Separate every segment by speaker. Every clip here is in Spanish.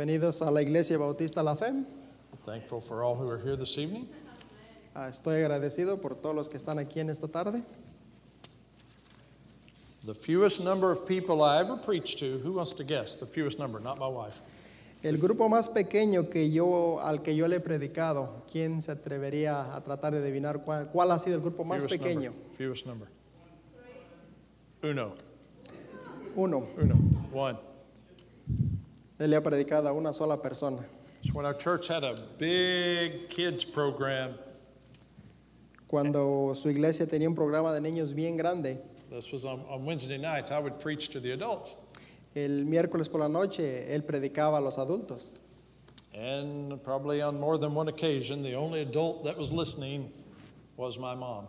Speaker 1: Bienvenidos a la Iglesia Bautista La Fe.
Speaker 2: Thankful for all who are here this evening.
Speaker 1: Ah, Estoy agradecido por todos los que están aquí en esta tarde.
Speaker 2: The fewest number of people I ever preached to, who wants to guess? The fewest number, not my wife.
Speaker 1: El grupo más pequeño que yo, al que yo le he predicado, ¿quién se atrevería a tratar de adivinar cuál, cuál ha sido el grupo más
Speaker 2: Fewest
Speaker 1: pequeño?
Speaker 2: Number, fewest number. Uno,
Speaker 1: Uno.
Speaker 2: uno, one.
Speaker 1: Él le ha predicado a una sola persona.
Speaker 2: So when our church had a big kids program,
Speaker 1: Cuando su iglesia tenía un programa de niños bien grande,
Speaker 2: this was on, on Wednesday nights, I would preach to the adults.
Speaker 1: el miércoles por la noche él predicaba a los adultos.
Speaker 2: And probably on more than one occasion, the only adult that was listening was my mom.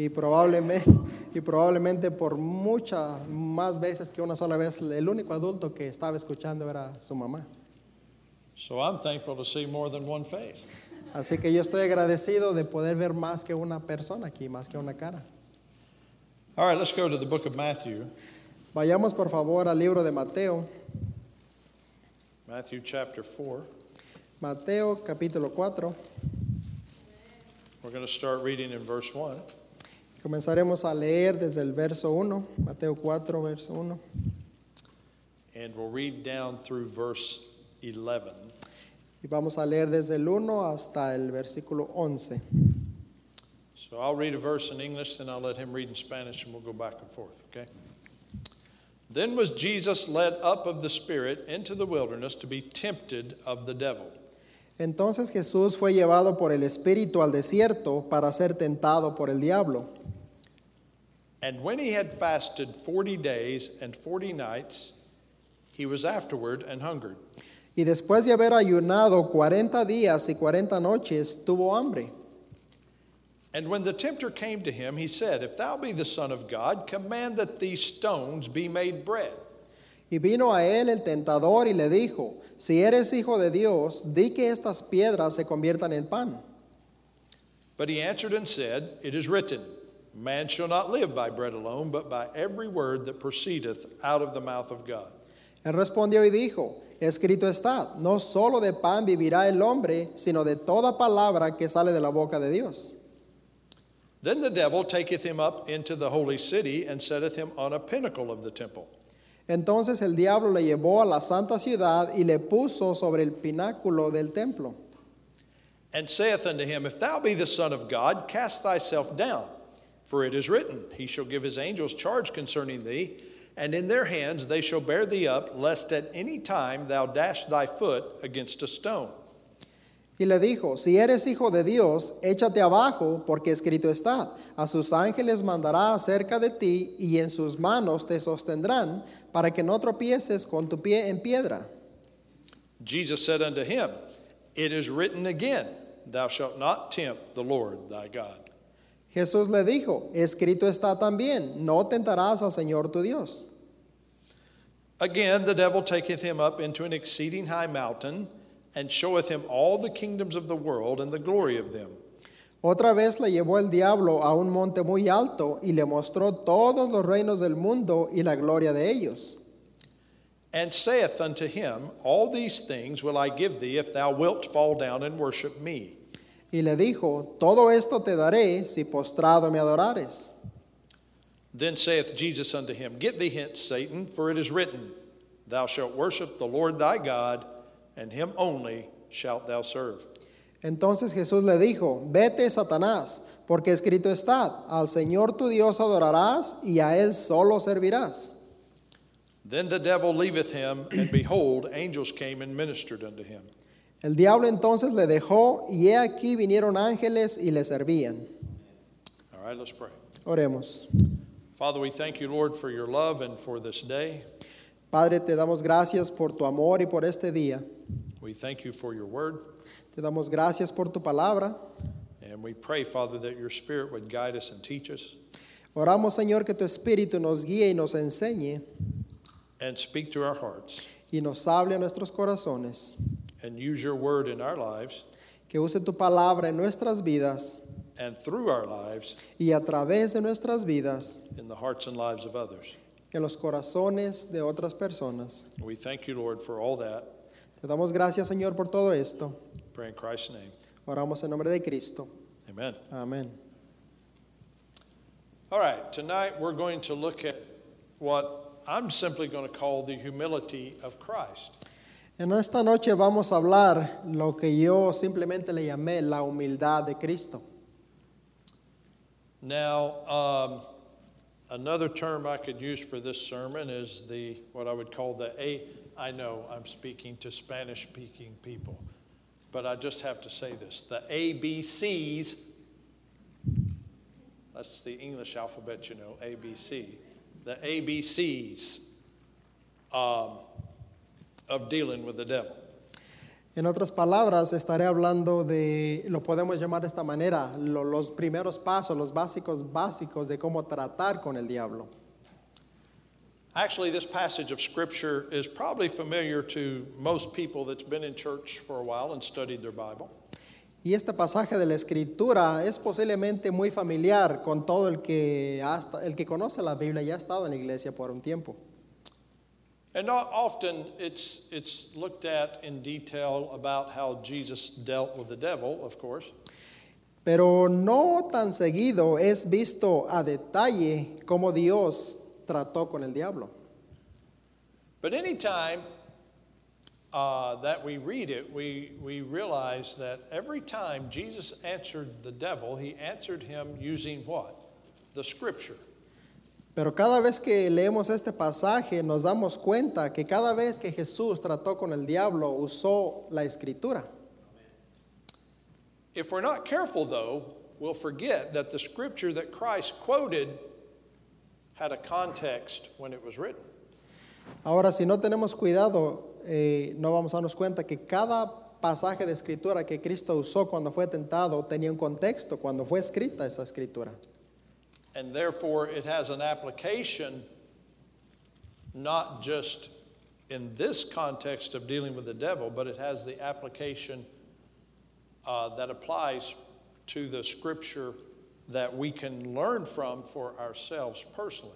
Speaker 1: Y probablemente, y probablemente por muchas más veces que una sola vez, el único adulto que estaba escuchando era su mamá.
Speaker 2: So I'm thankful to see more than one face.
Speaker 1: Así que yo estoy agradecido de poder ver más que una persona aquí, más que una cara.
Speaker 2: All right, let's go to the book of Matthew.
Speaker 1: Vayamos por favor al libro de Mateo,
Speaker 2: Matthew chapter 4.
Speaker 1: Mateo capítulo 4.
Speaker 2: We're going to start reading in verse 1.
Speaker 1: Comenzaremos a leer desde el verso 1, Mateo 4, verso 1,
Speaker 2: And we'll read down through verse 11.
Speaker 1: y vamos a leer desde el 1 hasta el versículo 11.
Speaker 2: So I'll read a verse in English, then I'll let him read in Spanish, and we'll go back and forth, okay? Then was Jesus led up of the Spirit into the wilderness to be tempted of the devil.
Speaker 1: Entonces Jesús fue llevado por el Espíritu al desierto para ser tentado por el diablo.
Speaker 2: And when he had fasted 40 days and 40 nights, he was afterward and hungered.
Speaker 1: Y después de haber ayunado 40 días y 40 noches, tuvo hambre.
Speaker 2: And when the tempter came to him, he said, If thou be the Son of God, command that these stones be made bread.
Speaker 1: Y vino a él el tentador y le dijo, si eres hijo de Dios, di que estas piedras se conviertan en pan.
Speaker 2: But he answered and said, It is written, Man shall not live by bread alone, but by every word that proceedeth out of the mouth of God.
Speaker 1: Él respondió y dijo, escrito está, no solo de pan vivirá el hombre, sino de toda palabra que sale de la boca de Dios.
Speaker 2: Then the devil taketh him up into the holy city, and setteth him on a pinnacle of the temple,
Speaker 1: Entonces el diablo le llevó a la santa ciudad y le puso sobre el pináculo del templo.
Speaker 2: and saith unto him, If thou be the Son of God, cast thyself down. For it is written, He shall give his angels charge concerning thee, and in their hands they shall bear thee up, lest at any time thou dash thy foot against a stone.
Speaker 1: Y le dijo, si eres hijo de Dios, échate abajo, porque escrito está, a sus ángeles mandará acerca de ti y en sus manos te sostendrán para que no tropieces con tu pie en piedra.
Speaker 2: Jesus said unto him, It is written again, Thou shalt not tempt the Lord thy God.
Speaker 1: Jesús le dijo, escrito está también, no tentarás al Señor tu Dios.
Speaker 2: Again, the devil taketh him up into an exceeding high mountain, and showeth him all the kingdoms of the world and the glory of them.
Speaker 1: Otra vez le llevó el diablo a un monte muy alto y le mostró todos los reinos del mundo y la gloria de ellos.
Speaker 2: And saith unto him, All these things will I give thee if thou wilt fall down and worship me.
Speaker 1: Y le dijo, todo esto te daré si postrado me adorares.
Speaker 2: Then saith Jesus unto him, Get thee hence, Satan, for it is written, Thou shalt worship the Lord thy God, and him only shalt thou serve.
Speaker 1: Entonces Jesús le dijo, vete Satanás, porque escrito está, al Señor tu Dios adorarás y a Él solo servirás.
Speaker 2: Then the devil leaveth him, and behold, angels came and ministered unto him.
Speaker 1: El diablo entonces le dejó y he aquí vinieron ángeles y le servían.
Speaker 2: All right, let's pray.
Speaker 1: Oremos.
Speaker 2: Father, we thank you, Lord, for your love and for this day.
Speaker 1: Padre, te damos gracias por tu amor y por este día.
Speaker 2: We thank you for your word,
Speaker 1: Te damos gracias por tu palabra.
Speaker 2: and we pray, Father, that your spirit would guide us and teach us
Speaker 1: Oramos, Señor, que tu Espíritu nos guíe y nos enseñe
Speaker 2: and speak to our hearts
Speaker 1: y nos hable a nuestros corazones.
Speaker 2: and use your word in our lives
Speaker 1: Que use tu palabra en nuestras vidas
Speaker 2: and through our lives
Speaker 1: y a través de nuestras vidas
Speaker 2: in the hearts and lives of others.
Speaker 1: en los corazones de otras personas.
Speaker 2: We thank you, Lord, for all that.
Speaker 1: Te Te damos gracias, Señor, por todo esto.
Speaker 2: Pray in Christ's name.
Speaker 1: Oramos en nombre de Cristo.
Speaker 2: Amen.
Speaker 1: Amén.
Speaker 2: All right, tonight we're going to look at what I'm simply going to call the humility of Christ.
Speaker 1: En esta noche vamos a hablar lo que yo simplemente le llamé la humildad de Cristo.
Speaker 2: Now, um, another term I could use for this sermon is the what I would call the a. I know I'm speaking to Spanish-speaking people, but I just have to say this: the ABCs. That's the English alphabet, you know, ABC. The ABCs um, of dealing with the devil.
Speaker 1: En otras palabras, estaré hablando de, lo podemos llamar de esta manera, lo- los primeros pasos, los básicos básicos de cómo tratar con el diablo.
Speaker 2: Actually, this passage of Scripture is probably familiar to most people that's been in church for a while and studied their Bible.
Speaker 1: Y este pasaje de la escritura es posiblemente muy familiar con todo el que, hasta, el que conoce la Biblia y ha estado en la iglesia por un tiempo.
Speaker 2: And not often it's, it's looked at in detail about how Jesus dealt with the devil, of course.
Speaker 1: Pero no tan seguido es visto a detalle cómo Dios trató con el diablo.
Speaker 2: But anytime uh, that we read it, we, we realize that every time Jesus answered the devil, he answered him using what? The Scripture.
Speaker 1: Pero cada vez que leemos este pasaje nos damos cuenta que cada vez que Jesús trató con el diablo usó la escritura.
Speaker 2: If we're not careful, though, we'll forget that the scripture that Christ quoted had a context when it was written.
Speaker 1: Ahora, si no tenemos cuidado, eh, no vamos a darnos cuenta que cada pasaje de escritura que Cristo usó cuando fue tentado tenía un contexto cuando fue escrita esa escritura.
Speaker 2: And therefore, it has an application not just in this context of dealing with the devil, but it has the application uh, that applies to the scripture that we can learn from for ourselves personally.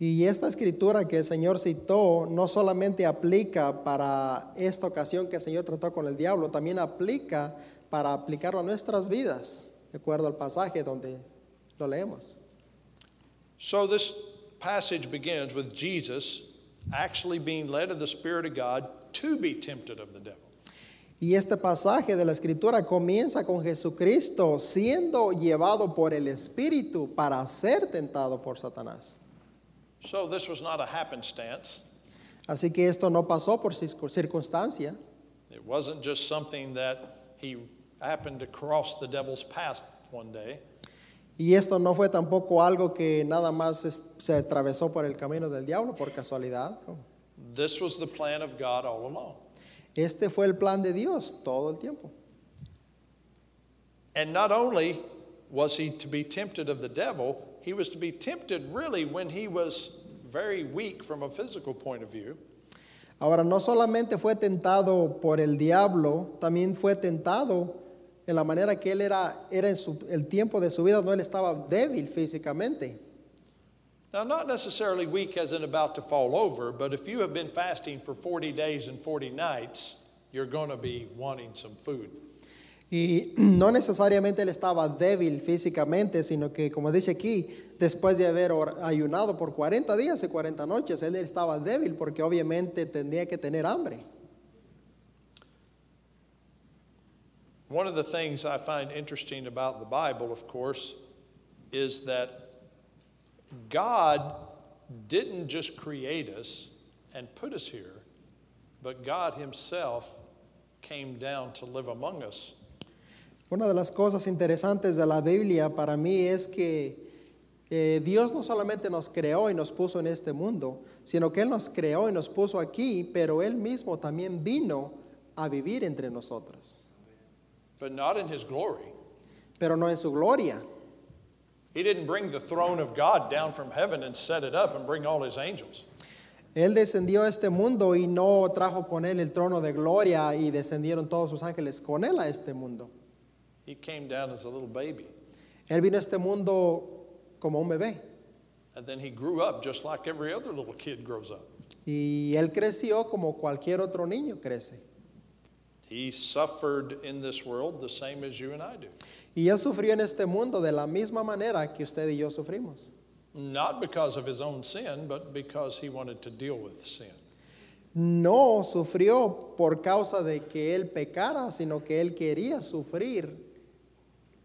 Speaker 1: Y esta escritura que el Señor citó no solamente aplica para esta ocasión que el Señor trató con el diablo, también aplica para aplicarlo a nuestras vidas, de acuerdo al pasaje donde lo leemos.
Speaker 2: So this passage begins with Jesus actually being led of the Spirit of God to be tempted of the devil.
Speaker 1: Y este pasaje de la escritura comienza con Jesucristo siendo llevado por el Espíritu para ser tentado por Satanás.
Speaker 2: So this was not a happenstance.
Speaker 1: Así que esto no pasó por circun- circunstancia.
Speaker 2: It wasn't just something that he happened to cross the devil's path one day.
Speaker 1: Y esto no fue tampoco algo que nada más es- se atravesó por el camino del diablo por casualidad.
Speaker 2: This was the plan of God all along.
Speaker 1: Este fue el plan de Dios todo el tiempo.
Speaker 2: And not only was he to be tempted of the devil, he was to be tempted really when he was very weak from a physical point of view.
Speaker 1: Ahora, no solamente fue tentado por el diablo, también fue tentado en la manera que él era, era en su- el tiempo de su vida, no él estaba débil físicamente.
Speaker 2: Now, not necessarily weak as in about to fall over, but if you have been fasting for 40 days and 40 nights, you're going to be wanting some food.
Speaker 1: Y no necesariamente él estaba débil físicamente, sino que, como dice aquí, después de haber or- ayunado por 40 días y 40 noches, él estaba débil porque obviamente tenía que tener hambre.
Speaker 2: One of the things I find interesting about the Bible, of course, is that God didn't just create us and put us here, but God Himself came down to live among us.
Speaker 1: Una de las cosas interesantes de la Biblia para mí es que eh, Dios no solamente nos creó y nos puso en este mundo, sino que Él nos creó y nos puso aquí, pero Él mismo también vino a vivir entre nosotros,
Speaker 2: But not in His glory.
Speaker 1: pero no en su gloria.
Speaker 2: He didn't bring the throne of God down from heaven and set it up and bring all His angels.
Speaker 1: Él descendió a este mundo y no trajo con Él el trono de gloria y descendieron todos sus ángeles con Él a este mundo.
Speaker 2: He came down as a little baby.
Speaker 1: Él vino a este mundo como un bebé
Speaker 2: And then he grew up just like every other little kid grows up.
Speaker 1: Y él creció como cualquier otro niño crece.
Speaker 2: He suffered in this world the same as you and I do.
Speaker 1: Y él sufrió en este mundo de la misma manera que usted y yo sufrimos.
Speaker 2: Not because of his own sin, but because he wanted to deal with sin.
Speaker 1: No sufrió por causa de que él pecara, sino que él quería sufrir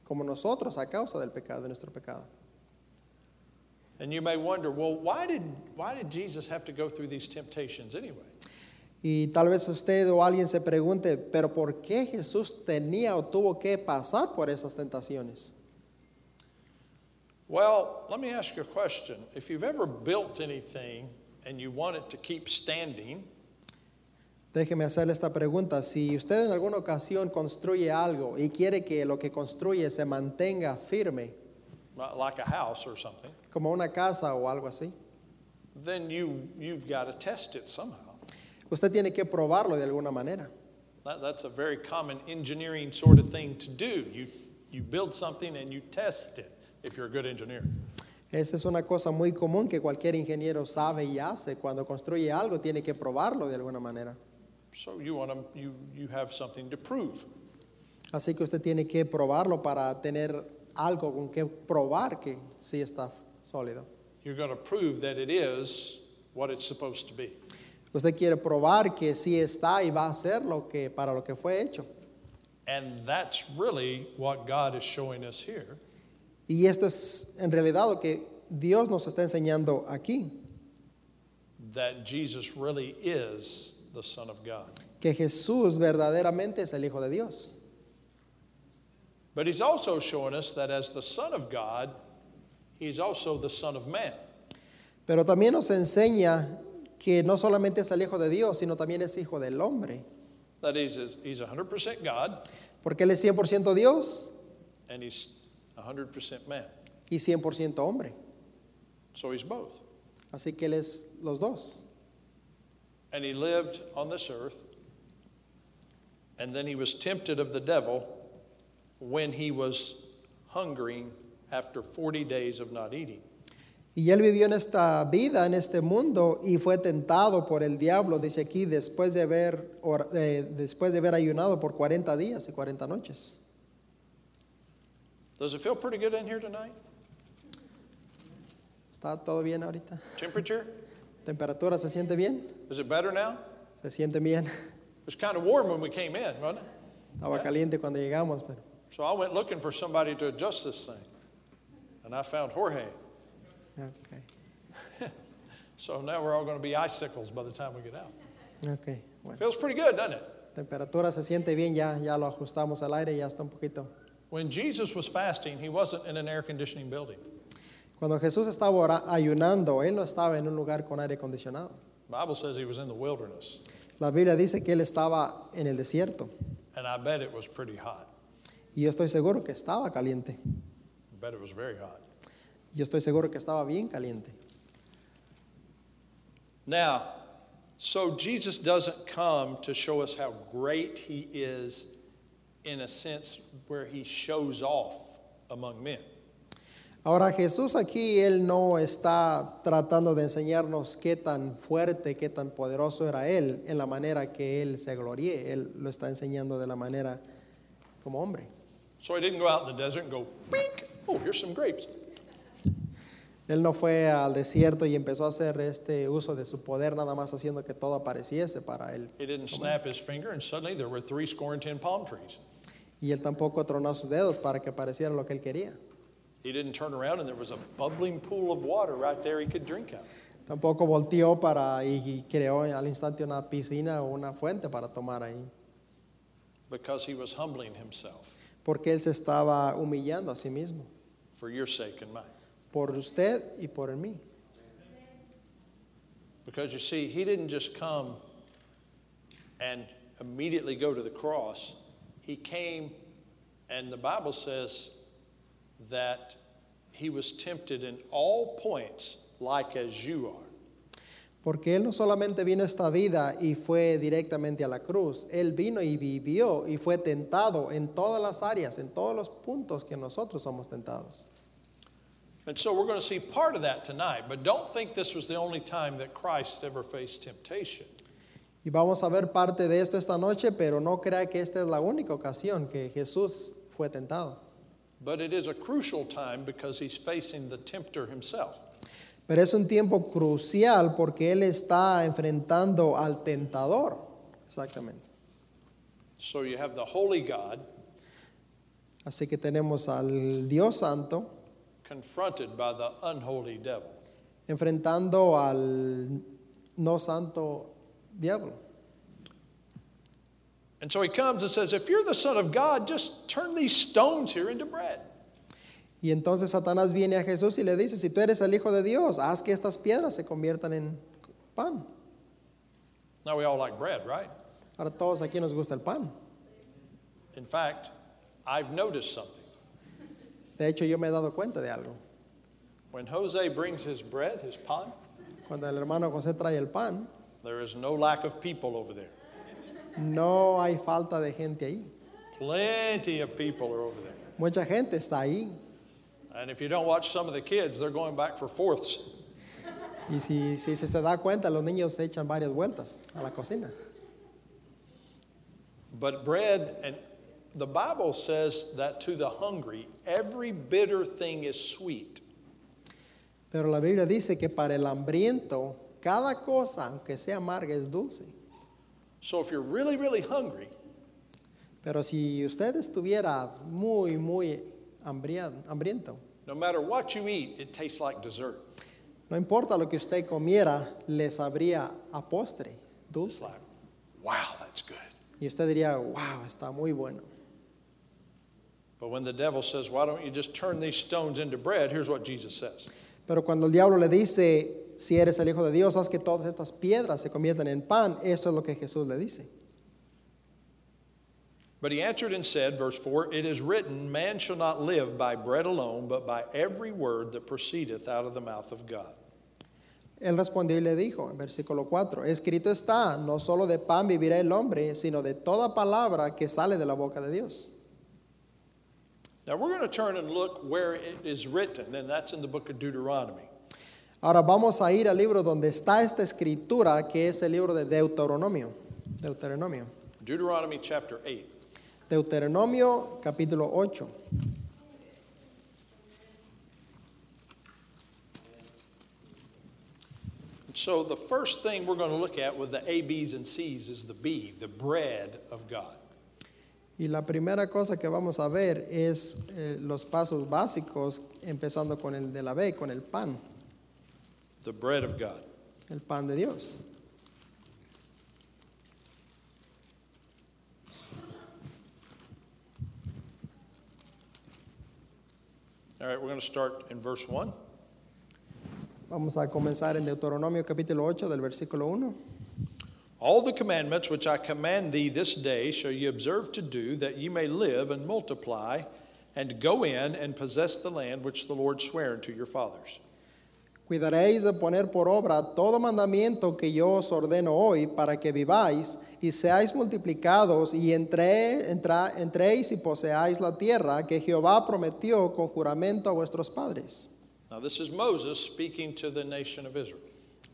Speaker 1: como nosotros a causa del pecado, de nuestro pecado.
Speaker 2: And you may wonder, well, why did, why did Jesus have to go through these temptations anyway?
Speaker 1: Y tal vez usted o alguien se pregunte, pero ¿por qué Jesús tenía o tuvo que pasar por esas tentaciones?
Speaker 2: Well, let me ask you a question. If you've ever built anything and you want it to keep standing,
Speaker 1: Déjeme hacerle esta pregunta. Si usted en alguna ocasión construye algo y quiere que lo que construye se mantenga firme,
Speaker 2: not like a house or something,
Speaker 1: como una casa o algo así,
Speaker 2: then you, you've got to test it somehow.
Speaker 1: usted tiene que probarlo de alguna manera.
Speaker 2: That, that's a very common engineering sort of thing to do. You, you build something and you test it if you're a good engineer.
Speaker 1: Esa es una cosa muy común que cualquier ingeniero sabe y hace. Cuando construye algo tiene que probarlo de alguna manera.
Speaker 2: So you, want to, you, you have something to prove.
Speaker 1: Así que usted tiene que probarlo para tener algo con que probar que sí está sólido.
Speaker 2: You're going to prove that it is what it's supposed to be.
Speaker 1: Usted quiere probar que sí está y va a ser lo que para lo que fue hecho.
Speaker 2: And that's really what God is showing us here.
Speaker 1: Y esto es en realidad lo que Dios nos está enseñando aquí,
Speaker 2: that Jesus really is the Son of God.
Speaker 1: que Jesús verdaderamente es el Hijo de Dios.
Speaker 2: But he's also showing us that as the Son of God, he's also the Son of Man.
Speaker 1: Pero también nos enseña que no solamente es el Hijo de Dios, sino también es Hijo del Hombre,
Speaker 2: That is, he's 100% God
Speaker 1: porque Él es 100% Dios
Speaker 2: and he's 100% man.
Speaker 1: y 100% hombre.
Speaker 2: So he's both.
Speaker 1: Así que Él es los dos.
Speaker 2: And he lived on this earth, and then he was tempted of the devil when he was hungering after 40 days of not eating.
Speaker 1: Y Él vivió en esta vida, en este mundo, y fue tentado por el diablo, dice aquí, después de haber, or- eh, después de haber ayunado por 40 días y 40 noches.
Speaker 2: Does it feel pretty good in here tonight?
Speaker 1: ¿Está todo bien ahorita?
Speaker 2: Temperature?
Speaker 1: ¿Temperatura se siente bien?
Speaker 2: Is it better now?
Speaker 1: Se siente bien.
Speaker 2: It was kind of warm when we came in, wasn't it?
Speaker 1: Estaba caliente cuando llegamos, pero
Speaker 2: So I went looking for somebody to adjust this thing, and I found Jorge.
Speaker 1: ok,
Speaker 2: So now we're all going to be icicles by the time we get out.
Speaker 1: ok. Bueno,
Speaker 2: Feels pretty good, doesn't it?
Speaker 1: temperatura se siente bien, ya, ya lo ajustamos al aire, ya está un poquito.
Speaker 2: When Jesus was fasting, he wasn't in an air conditioning building.
Speaker 1: Cuando Jesús estaba ora- ayunando, Él no estaba en un lugar con aire acondicionado.
Speaker 2: The Bible says he was in the wilderness,
Speaker 1: La Biblia dice que Él estaba en el desierto,
Speaker 2: and I bet it was pretty hot.
Speaker 1: y yo estoy seguro que estaba caliente.
Speaker 2: I bet it was very hot.
Speaker 1: Yo estoy seguro que estaba bien caliente.
Speaker 2: Now, so Jesus doesn't come to show us how great he is in a sense where he shows off among men.
Speaker 1: Ahora Jesús aquí, Él no está tratando de enseñarnos qué tan fuerte, qué tan poderoso era Él en la manera que Él se gloríe. Él lo está enseñando de la manera como hombre.
Speaker 2: So he didn't go out in the desert and go, Bink! oh, here's some grapes.
Speaker 1: Él no fue al desierto y empezó a hacer este uso de su poder nada más haciendo que todo apareciese para Él.
Speaker 2: He didn't snap his finger, and suddenly there were three score and ten palm trees.
Speaker 1: Y Él tampoco tronó sus dedos para que apareciera lo que Él quería.
Speaker 2: He didn't turn around, and there was a bubbling pool of water right there he could drink out. of.
Speaker 1: Tampoco volteó para y- y creó al instante una piscina o una fuente para tomar ahí.
Speaker 2: Because he was humbling himself
Speaker 1: Porque Él se estaba humillando a sí mismo.
Speaker 2: for your sake and mine.
Speaker 1: por usted y por mí.
Speaker 2: Because you see, he didn't just come and immediately go to the cross. He came, and the Bible says that he was tempted in all points, like as you are.
Speaker 1: Porque Él no solamente vino a esta vida y fue directamente a la cruz, Él vino y vivió y fue tentado en todas las áreas, en todos los puntos que nosotros somos tentados.
Speaker 2: And so we're going to see part of that tonight, but don't think this was the only time that Christ ever faced temptation.
Speaker 1: Y vamos a ver parte de esto esta noche, pero no crea que esta es la única ocasión que Jesús fue tentado.
Speaker 2: But it is a crucial time because he's facing the tempter himself.
Speaker 1: Pero es un tiempo crucial porque Él está enfrentando al tentador. Exactamente.
Speaker 2: So you have the holy God
Speaker 1: Así que tenemos al Dios Santo
Speaker 2: confronted by the unholy devil.
Speaker 1: enfrentando al no santo diablo.
Speaker 2: And so he comes and says, If you're the Son of God, just turn these stones here into bread.
Speaker 1: Y entonces Satanás viene a Jesús y le dice, si tú eres el Hijo de Dios, haz que estas piedras se conviertan en pan.
Speaker 2: Now we all like bread, right?
Speaker 1: Ahora todos aquí nos gusta el pan.
Speaker 2: In fact, I've noticed something.
Speaker 1: De hecho, yo me he dado cuenta de algo.
Speaker 2: When Jose brings his bread, his pan,
Speaker 1: Cuando el hermano José trae el pan,
Speaker 2: there is no lack of people over there.
Speaker 1: no hay falta de gente ahí.
Speaker 2: Plenty of people are over there.
Speaker 1: Mucha gente está ahí.
Speaker 2: And if you don't watch some of the kids, they're going back for fourths.
Speaker 1: Y si, si se se da cuenta, los niños se echan varias vueltas a la cocina.
Speaker 2: But bread, and the Bible says that to the hungry, every bitter thing is sweet.
Speaker 1: Pero la Biblia dice que para el hambriento, cada cosa, aunque sea amarga, es dulce.
Speaker 2: So if you're really, really hungry,
Speaker 1: Pero si usted estuviera muy, muy hambria- hambriento,
Speaker 2: no matter what you eat, it tastes like dessert.
Speaker 1: no importa lo que usted comiera, le sabría a postre,
Speaker 2: It's
Speaker 1: dulce.
Speaker 2: like, wow, that's good.
Speaker 1: Y usted diría, wow, está muy bueno.
Speaker 2: But when the devil says, why don't you just turn these stones into bread? Here's what Jesus says
Speaker 1: Pero cuando el diablo le dice, si eres el Hijo de Dios, haz que todas estas piedras se conviertan en pan, esto es lo que Jesús le dice.
Speaker 2: But he answered and said, verse 4 It is written, Man shall not live by bread alone, but by every word that proceedeth out of the mouth of God.
Speaker 1: Él respondió y le dijo en versículo 4, escrito está, no solo de pan vivirá el hombre, sino de toda palabra que sale de la boca de Dios.
Speaker 2: Now we're going to turn and look where it is written, and that's in the book of Deuteronomy.
Speaker 1: Ahora vamos a ir al libro donde está esta escritura, que es el libro de Deuteronomio. Deuteronomio.
Speaker 2: Deuteronomy chapter 8.
Speaker 1: Deuteronomio capítulo 8.
Speaker 2: And so the first thing we're going to look at with the A, B's, and C's is the B, the bread of God.
Speaker 1: Y la primera cosa que vamos a ver es eh, los pasos básicos, empezando con el de la B, con el pan,
Speaker 2: The bread of God.
Speaker 1: el pan de Dios.
Speaker 2: All right, we're going to start in verse 1.
Speaker 1: Vamos a comenzar en Deuteronomio capítulo 8 del versículo 1.
Speaker 2: All the commandments which I command thee this day shall ye observe to do, that ye may live and multiply, and go in and possess the land which the Lord sware unto your fathers.
Speaker 1: Cuidaréis de poner por obra todo mandamiento que yo os ordeno hoy para que viváis y seáis multiplicados y entre- entra- entréis y poseáis la tierra que Jehová prometió con juramento a vuestros padres.
Speaker 2: Now, this is Moses speaking to the nation of Israel.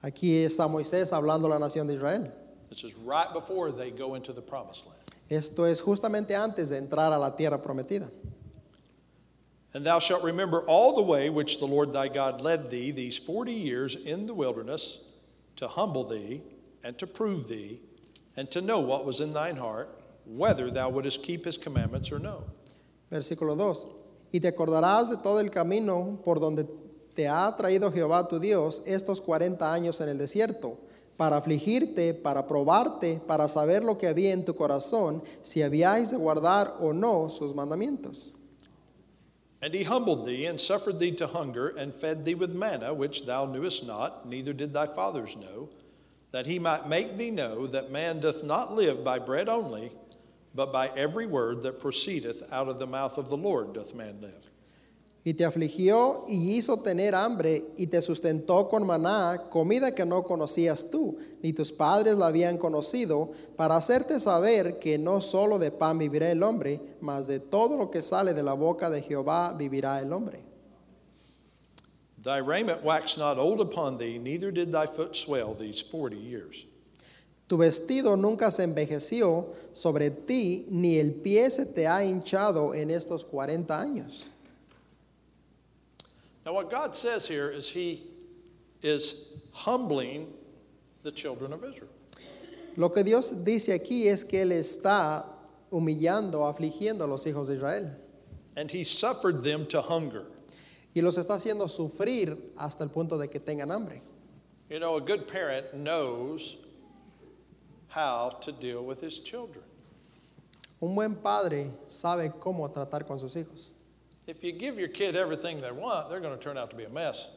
Speaker 1: Aquí está Moisés hablando a la nación de Israel.
Speaker 2: This is right before they go into the promised land.
Speaker 1: Esto es justamente antes de entrar a la tierra prometida.
Speaker 2: And thou shalt remember all the way which the Lord thy God led thee these forty years in the wilderness to humble thee and to prove thee and to know what was in thine heart, whether thou wouldest keep his commandments or no.
Speaker 1: Versículo 2. Y te acordarás de todo el camino por donde te ha traído Jehová tu Dios estos 40 años en el desierto, para afligirte, para probarte, para saber lo que había en tu corazón, si habíais de guardar o no sus mandamientos.
Speaker 2: And he humbled thee, and suffered thee to hunger, and fed thee with manna, which thou knewest not, neither did thy fathers know, that he might make thee know that man doth not live by bread only, but by every word that proceedeth out of the mouth of the Lord doth man live.
Speaker 1: Y te afligió y hizo tener hambre y te sustentó con maná, comida que no conocías tú, ni tus padres la habían conocido, para hacerte saber que no solo de pan vivirá el hombre, mas de todo lo que sale de la boca de Jehová vivirá el hombre.
Speaker 2: Thy raiment waxed not old upon thee, neither did thy foot swell these forty years.
Speaker 1: Tu vestido nunca se envejeció sobre ti, ni el pie se te ha hinchado en estos 40 años.
Speaker 2: Now, what God says here is He is humbling the children of Israel.
Speaker 1: Lo que Dios dice aquí es que Él está humillando, afligiendo a los hijos de Israel.
Speaker 2: And He suffered them to hunger.
Speaker 1: Y los está haciendo sufrir hasta el punto de que tengan hambre.
Speaker 2: You know, a good parent knows how to deal with his children.
Speaker 1: Un buen padre sabe cómo tratar con sus hijos.
Speaker 2: If you give your kid everything they want, they're going to turn out to be a mess.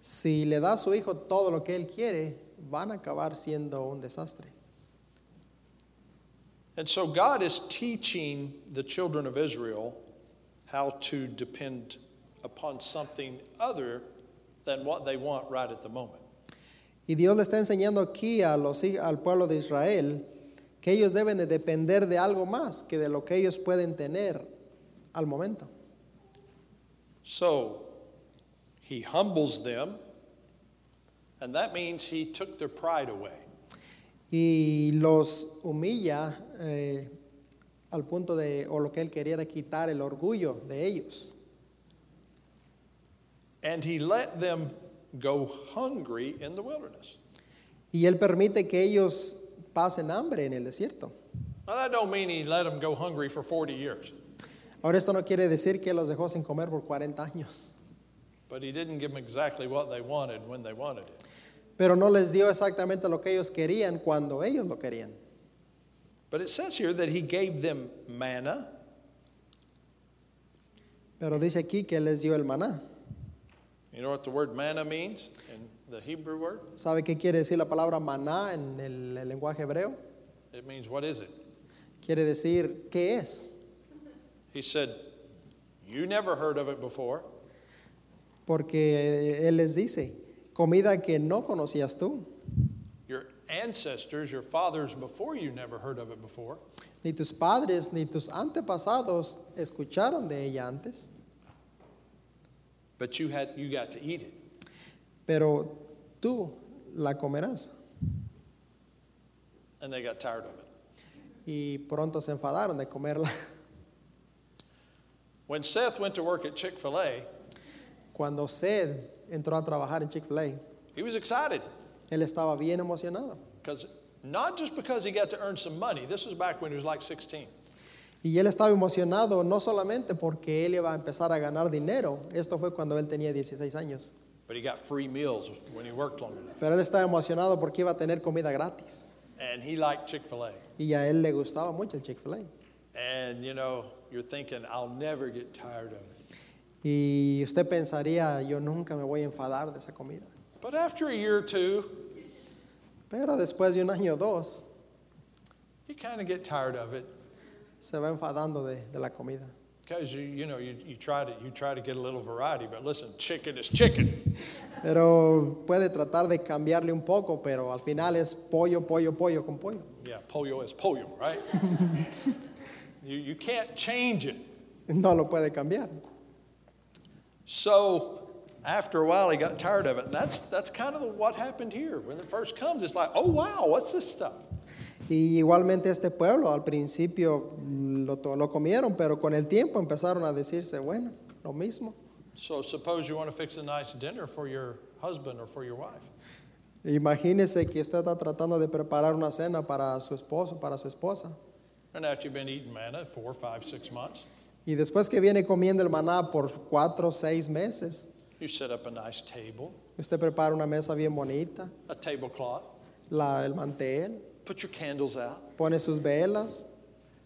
Speaker 1: Si le da a su hijo todo lo que él quiere, van a acabar siendo un desastre.
Speaker 2: And so God is teaching the children of Israel how to depend upon something other than what they want right at the moment.
Speaker 1: Y Dios le está enseñando aquí a los, hij- al pueblo de Israel que ellos deben de depender de algo más que de lo que ellos pueden tener al momento.
Speaker 2: So he humbles them, and that means he took their pride away.
Speaker 1: Y los humilla eh, al punto de, o lo que él quería era quitar el orgullo de ellos.
Speaker 2: And he let them go hungry in the wilderness.
Speaker 1: Y él permite que ellos pasen hambre en el desierto.
Speaker 2: Now that don't mean he let them go hungry for 40 years,
Speaker 1: Ahora esto no quiere decir que los dejó sin comer por 40 años,
Speaker 2: but he didn't give them exactly what they wanted when they wanted it.
Speaker 1: pero no les dio exactamente lo que ellos querían cuando ellos lo querían.
Speaker 2: But it says here that he gave them manna,
Speaker 1: Pero dice aquí que él les dio el maná.
Speaker 2: You know what the word manna means in the Hebrew word?
Speaker 1: ¿Sabe qué quiere decir la palabra maná en el, el lenguaje hebreo?
Speaker 2: It means what is it?
Speaker 1: Quiere decir qué es,
Speaker 2: He said, You never heard of it before.
Speaker 1: porque él les dice, comida que no conocías tú,
Speaker 2: Your ancestors, your fathers before you never heard of it before.
Speaker 1: ni tus padres ni tus antepasados escucharon de ella antes,
Speaker 2: But you had you got to eat it.
Speaker 1: pero tú la comerás.
Speaker 2: And they got tired of it.
Speaker 1: Y pronto se enfadaron de comerla.
Speaker 2: When Seth went to work at Chick-fil-A,
Speaker 1: Cuando Seth entró a trabajar en Chick-fil-A,
Speaker 2: he was excited
Speaker 1: él estaba bien emocionado.
Speaker 2: because not just because he got to earn some money. This was back when he was like 16.
Speaker 1: Y él estaba emocionado no solamente porque él iba a empezar a ganar dinero, esto fue cuando él tenía 16 años,
Speaker 2: But he got free meals when he worked long enough.
Speaker 1: pero él estaba emocionado porque iba a tener comida gratis.
Speaker 2: And he liked Chick-fil-A.
Speaker 1: Y a él le gustaba mucho el Chick-fil-A.
Speaker 2: And you know, you're thinking, I'll never get tired of it.
Speaker 1: Y usted pensaría, yo nunca me voy a enfadar de esa comida.
Speaker 2: But after a year or two,
Speaker 1: Pero después de un año o dos,
Speaker 2: you kind of get tired of it
Speaker 1: se va enfadando de, de la comida.
Speaker 2: because you, you know you, you try to you try to get a little variety. But listen, chicken is chicken.
Speaker 1: Pero puede tratar de cambiarle un poco, pero al final es pollo, pollo, pollo con pollo.
Speaker 2: Yeah, pollo is pollo, right? you, you can't change it.
Speaker 1: No lo puede cambiar.
Speaker 2: So after a while, he got tired of it. And that's that's kind of the, what happened here. When it first comes, it's like, oh wow, what's this stuff?
Speaker 1: Y igualmente este pueblo al principio lo, to- lo comieron, pero con el tiempo empezaron a decirse, bueno, lo mismo.
Speaker 2: So suppose you want to fix a nice dinner for your husband or for your wife.
Speaker 1: Imagínese que usted está tratando de preparar una cena para su esposo, para su esposa.
Speaker 2: And after you've been eating manna four, five, six months,
Speaker 1: Y después que viene comiendo el maná por cuatro o seis meses,
Speaker 2: you set up a nice table,
Speaker 1: usted prepara una mesa bien bonita,
Speaker 2: a tablecloth.
Speaker 1: la, el mantel,
Speaker 2: put your candles out,
Speaker 1: pone sus velas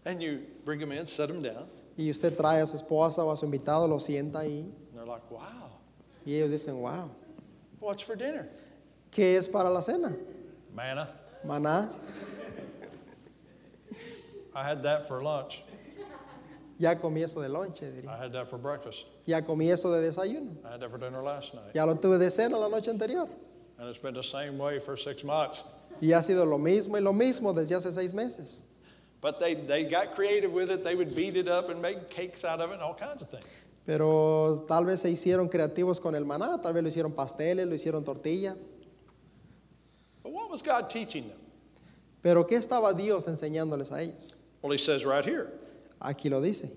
Speaker 2: and you bring them in, set them down.
Speaker 1: y usted trae a su esposa o a su invitado, lo sienta ahí.
Speaker 2: And they're like, wow,
Speaker 1: Y ellos dicen, wow,
Speaker 2: what's for dinner?
Speaker 1: ¿qué es para la cena?
Speaker 2: Manna.
Speaker 1: Maná,
Speaker 2: I had that for lunch.
Speaker 1: ya comí eso de lonche, diría.
Speaker 2: I had that for breakfast.
Speaker 1: Ya comí eso de desayuno.
Speaker 2: I had that for dinner last night.
Speaker 1: Ya lo tuve de cena la noche anterior.
Speaker 2: And it's been the same way for six months.
Speaker 1: Y ha sido lo mismo y lo mismo desde hace seis meses.
Speaker 2: But they, they got creative with it. They would beat it up and make cakes out of it and all kinds of things.
Speaker 1: Pero tal vez se hicieron creativos con el maná, tal vez lo hicieron pasteles, lo hicieron tortilla.
Speaker 2: But what was God teaching them?
Speaker 1: Pero ¿qué estaba Dios enseñándoles a ellos?
Speaker 2: Well, he says right here
Speaker 1: Aquí lo dice.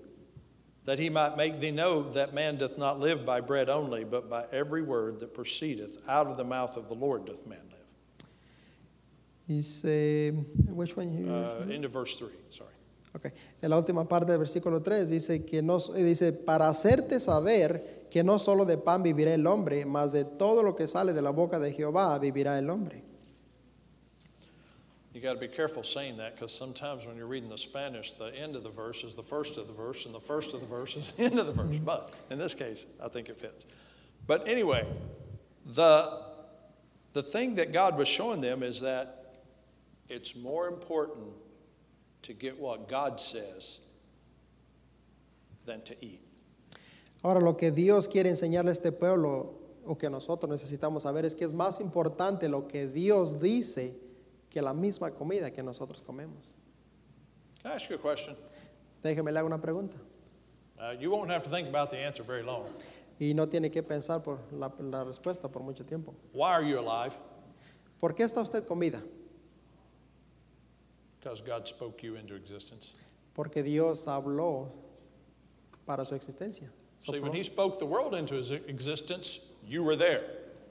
Speaker 2: that he might make thee know that man doth not live by bread only, but by every word that proceedeth out of the mouth of the Lord doth man live. Uh,
Speaker 1: Dice, which one you-
Speaker 2: Uh, into verse 3, sorry.
Speaker 1: Ok. En la última parte del versículo 3 dice que no, dice para hacerte saber que no solo de pan vivirá el hombre, mas de todo lo que sale de la boca de Jehová vivirá el hombre.
Speaker 2: You got to be careful saying that because sometimes when you're reading the Spanish, the end of the verse is the first of the verse, and the first of the verse is the end of the verse. But in this case, I think it fits. But anyway, the, the thing that God was showing them is that it's more important to get what God says than to eat.
Speaker 1: Ahora lo que Dios quiere enseñarle a este pueblo o que nosotros necesitamos saber es que es más importante lo que Dios dice que la misma comida que nosotros comemos.
Speaker 2: Can I ask you a question?
Speaker 1: Déjeme le hago una pregunta
Speaker 2: Uh, you won't have to think about the answer very long.
Speaker 1: y no tiene que pensar por la, la respuesta por mucho tiempo.
Speaker 2: Why are you alive?
Speaker 1: ¿Por qué está usted comida?
Speaker 2: Because God spoke you into existence.
Speaker 1: Porque Dios habló para su existencia.
Speaker 2: See, when he spoke the world into his existence, you were there.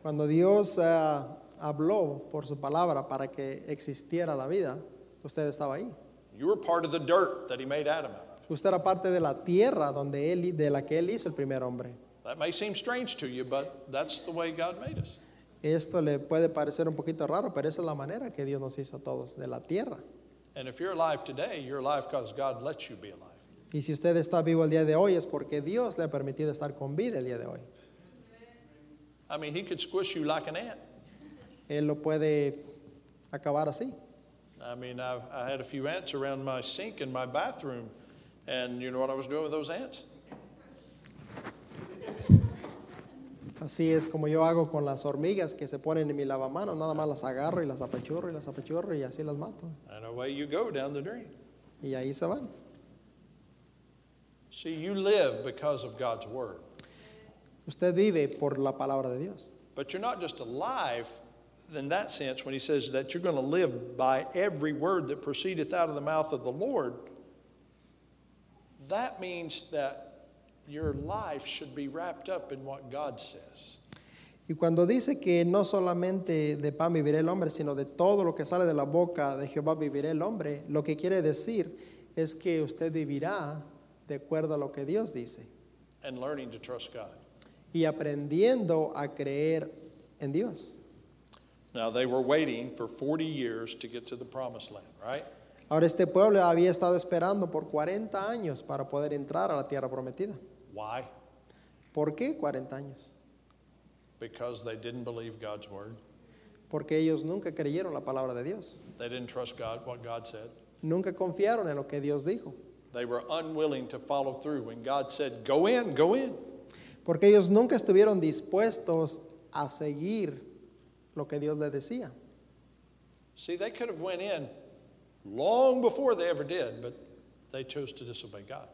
Speaker 1: Cuando Dios ah, habló por su palabra para que existiera la vida, usted estaba ahí.
Speaker 2: You were part of the dirt that he made Adam out of.
Speaker 1: Usted era parte de la tierra donde él, de la que él hizo el primer hombre.
Speaker 2: That may seem strange to you, but that's the way God made us.
Speaker 1: Esto le puede parecer un poquito raro, pero esa es la manera que Dios nos hizo a todos, de la tierra.
Speaker 2: And if you're alive today, you're alive because God lets you be alive.
Speaker 1: Y si usted está vivo el día de hoy es porque Dios le ha permitido estar con vida el día de hoy.
Speaker 2: I mean, he could squish you like an ant.
Speaker 1: Él lo puede acabar así.
Speaker 2: I mean, I've, I had a few ants around my sink in my bathroom, and you know what I was doing with those ants?
Speaker 1: Así es como yo hago con las hormigas que se ponen en mi lavamanos, nada más las agarro y las apachurro y las apachurro y así las mato.
Speaker 2: And away you go down the drain.
Speaker 1: Y ahí se van.
Speaker 2: See, you live because of God's word.
Speaker 1: Usted vive por la palabra de Dios.
Speaker 2: But you're not just alive in that sense when he says that you're going to live by every word that proceedeth out of the mouth of the Lord. That means that your life should be wrapped up in what God says.
Speaker 1: Y cuando dice que no solamente de pan vivirá el hombre, sino de todo lo que sale de la boca de Jehová vivirá el hombre, lo que quiere decir es que usted vivirá de acuerdo a lo que Dios dice
Speaker 2: And learning to trust God.
Speaker 1: y aprendiendo a creer en Dios.
Speaker 2: Now, they were waiting for 40 years to get to the promised land, right?
Speaker 1: Ahora este pueblo había estado esperando por 40 años para poder entrar a la tierra prometida.
Speaker 2: Why?
Speaker 1: ¿Por qué 40 años?
Speaker 2: Because they didn't believe God's word.
Speaker 1: Porque ellos nunca creyeron la palabra de Dios,
Speaker 2: They didn't trust God, what God said.
Speaker 1: nunca confiaron en lo que Dios dijo.
Speaker 2: They were unwilling to follow through when God said, Go in, go in.
Speaker 1: Porque ellos nunca estuvieron dispuestos a seguir lo que Dios les decía.
Speaker 2: See, they could have went in long before they ever did, but they chose to disobey God.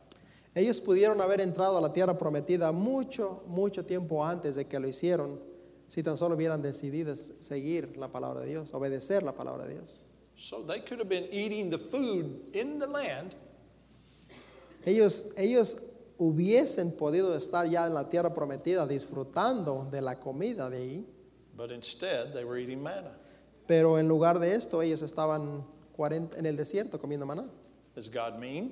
Speaker 1: Ellos pudieron haber entrado a la tierra prometida mucho, mucho tiempo antes de que lo hicieron, si tan solo hubieran decidido seguir la palabra de Dios, obedecer la palabra de Dios.
Speaker 2: So they could have been eating the food in the land,
Speaker 1: Ellos, ellos hubiesen podido estar ya en la tierra prometida disfrutando de la comida de ahí,
Speaker 2: but instead they were eating manna.
Speaker 1: pero en lugar de esto ellos estaban 40 en el desierto comiendo maná.
Speaker 2: Is God mean?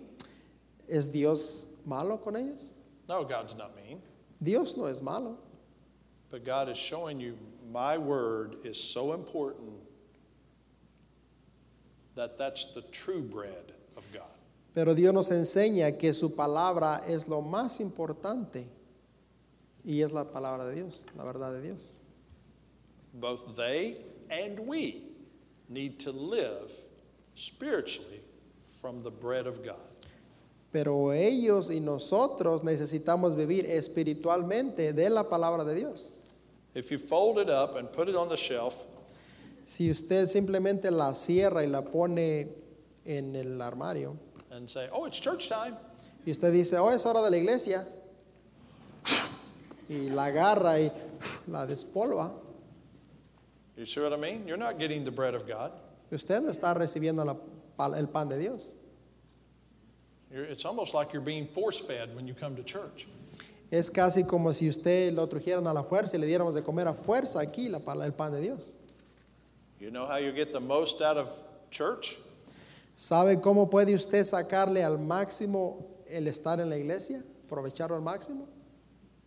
Speaker 1: ¿Es Dios malo con ellos?
Speaker 2: No, God's not mean.
Speaker 1: Dios no es malo.
Speaker 2: But God is showing you my word is so important that that's the true bread of God.
Speaker 1: Pero Dios nos enseña que su palabra es lo más importante y es la palabra de Dios, la verdad de Dios.
Speaker 2: Both they and we need to live spiritually from the bread of God.
Speaker 1: Pero ellos y nosotros necesitamos vivir espiritualmente de la palabra de Dios.
Speaker 2: If you fold it up and put it on the shelf,
Speaker 1: Si usted simplemente la cierra y la pone en el armario
Speaker 2: and say, Oh, it's church time.
Speaker 1: y usted dice, oh, es hora de la iglesia, y la agarra y la despolva.
Speaker 2: You see what I mean? You're not getting the bread of God.
Speaker 1: Usted no está recibiendo la pal- el pan de Dios.
Speaker 2: You're, it's almost like you're being force fed when you come to church.
Speaker 1: Es casi como si usted lo trajeran a la fuerza y le diéramos de comer a fuerza aquí la pal- el pan de Dios.
Speaker 2: You know how you get the most out of church?
Speaker 1: ¿Sabe cómo puede usted sacarle al máximo el estar en la iglesia? Aprovecharlo al máximo.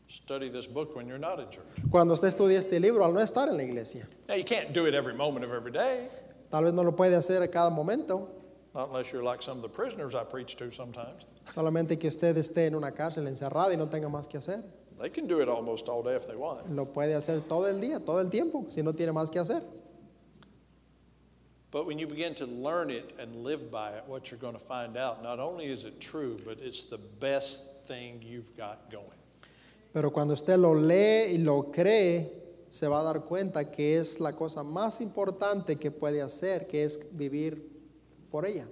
Speaker 2: Study this book when you're not in church.
Speaker 1: Cuando usted estudia este libro, al no estar en la iglesia,
Speaker 2: Now, you can't do it every moment of every day,
Speaker 1: tal vez no lo puede hacer a cada momento,
Speaker 2: not unless you're like some of the prisoners I preach to sometimes.
Speaker 1: solamente que usted esté en una cárcel encerrada y no tenga más que hacer.
Speaker 2: They can do it almost all day if they want.
Speaker 1: Lo puede hacer todo el día, todo el tiempo, si no tiene más que hacer.
Speaker 2: But when you begin to learn it and live by it, what you're going to find out, not only is it true, but it's the best thing you've got going.
Speaker 1: Pero cuando usted lo lee y lo cree, se va a dar cuenta que es la cosa más importante que puede hacer, que es vivir por ella.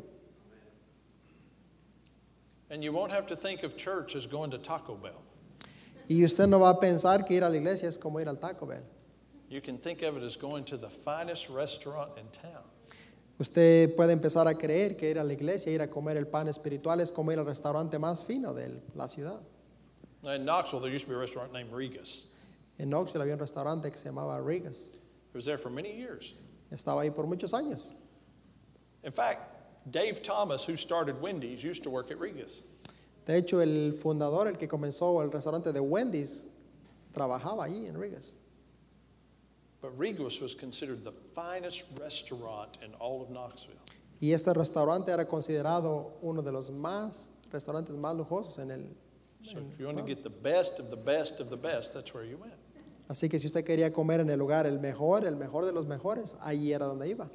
Speaker 2: And you won't have to think of church as going to Taco Bell.
Speaker 1: Y usted no va a pensar que ir a la iglesia es como ir al Taco Bell.
Speaker 2: You can think of it as going to the finest restaurant in town.
Speaker 1: Usted puede empezar a creer que ir a la iglesia, ir a comer el pan espiritual es como ir al restaurante más fino de la ciudad.
Speaker 2: Now, in Knoxville, there used to be a restaurant named Regas.
Speaker 1: En Knoxville había un restaurante que se llamaba Regas.
Speaker 2: It was there for many years.
Speaker 1: Estaba ahí por muchos años.
Speaker 2: In fact, Dave Thomas, who started Wendy's, used to work at Regas.
Speaker 1: De hecho, el fundador, el que comenzó el restaurante de Wendy's, trabajaba ahí en Regas.
Speaker 2: But Regas was considered the finest restaurant in all of Knoxville.
Speaker 1: Y este restaurante era considerado uno de los más restaurantes más lujosos en el.
Speaker 2: So if you want to get the best of the best of the best, that's where you went.
Speaker 1: Así que si usted quería comer en el lugar el mejor, el mejor de los mejores, allí era donde iba.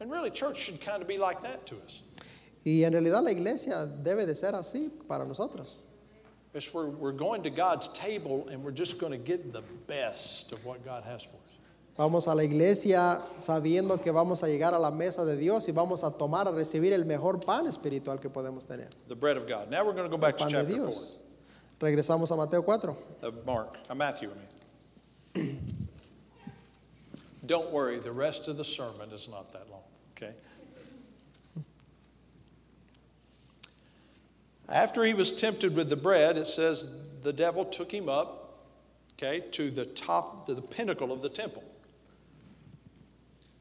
Speaker 2: And really, church should kind of be like that to us.
Speaker 1: Y en realidad la iglesia debe de ser así para nosotros.
Speaker 2: It's where we're going to God's table and we're just going to get the best of what God has for us.
Speaker 1: Vamos a la iglesia sabiendo que vamos a llegar a la mesa de Dios y vamos a tomar, a recibir el mejor pan espiritual que podemos tener.
Speaker 2: The bread of God. Now we're going to go back to
Speaker 1: Pan de
Speaker 2: chapter 4
Speaker 1: Dios. Regresamos a Mateo 4.
Speaker 2: of Mark, uh, Matthew, I mean. Don't worry, the rest of the sermon is not that long, okay? After he was tempted with the bread, it says the devil took him up, okay, to the top, to the pinnacle of the temple.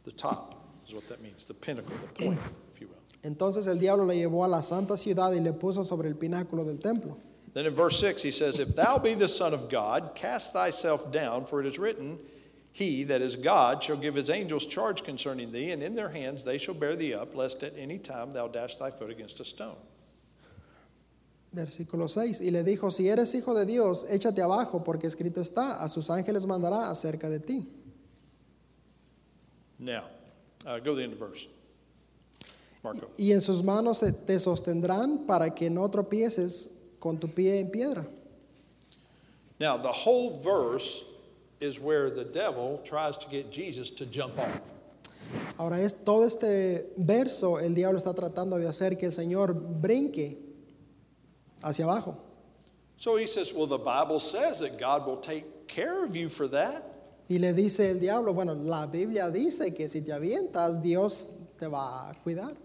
Speaker 2: The top is what that means, the pinnacle, the point, if you will.
Speaker 1: Entonces el diablo le llevó a la santa ciudad y le puso sobre el pináculo del templo.
Speaker 2: Then in verse 6, he says, If thou be the Son of God, cast thyself down, for it is written, He that is God shall give his angels charge concerning thee, and in their hands they shall bear thee up, lest at any time thou dash thy foot against a stone.
Speaker 1: Versículo 6. Y le dijo, si eres hijo de Dios, échate abajo, porque escrito está, a sus ángeles mandará acerca de ti.
Speaker 2: Now, uh, go to the end of verse. Marco.
Speaker 1: Y en sus manos te sostendrán para que no tropieces con tu pie en piedra.
Speaker 2: Now, the whole verse is where the devil tries to get Jesus to jump off.
Speaker 1: Ahora es todo este verso, el diablo está tratando de hacer que el Señor brinque hacia abajo.
Speaker 2: So he says, Well, the Bible says that God will take care of you for that.
Speaker 1: Y le dice el diablo, bueno, la Biblia dice que si te avientas, Dios te va a cuidar.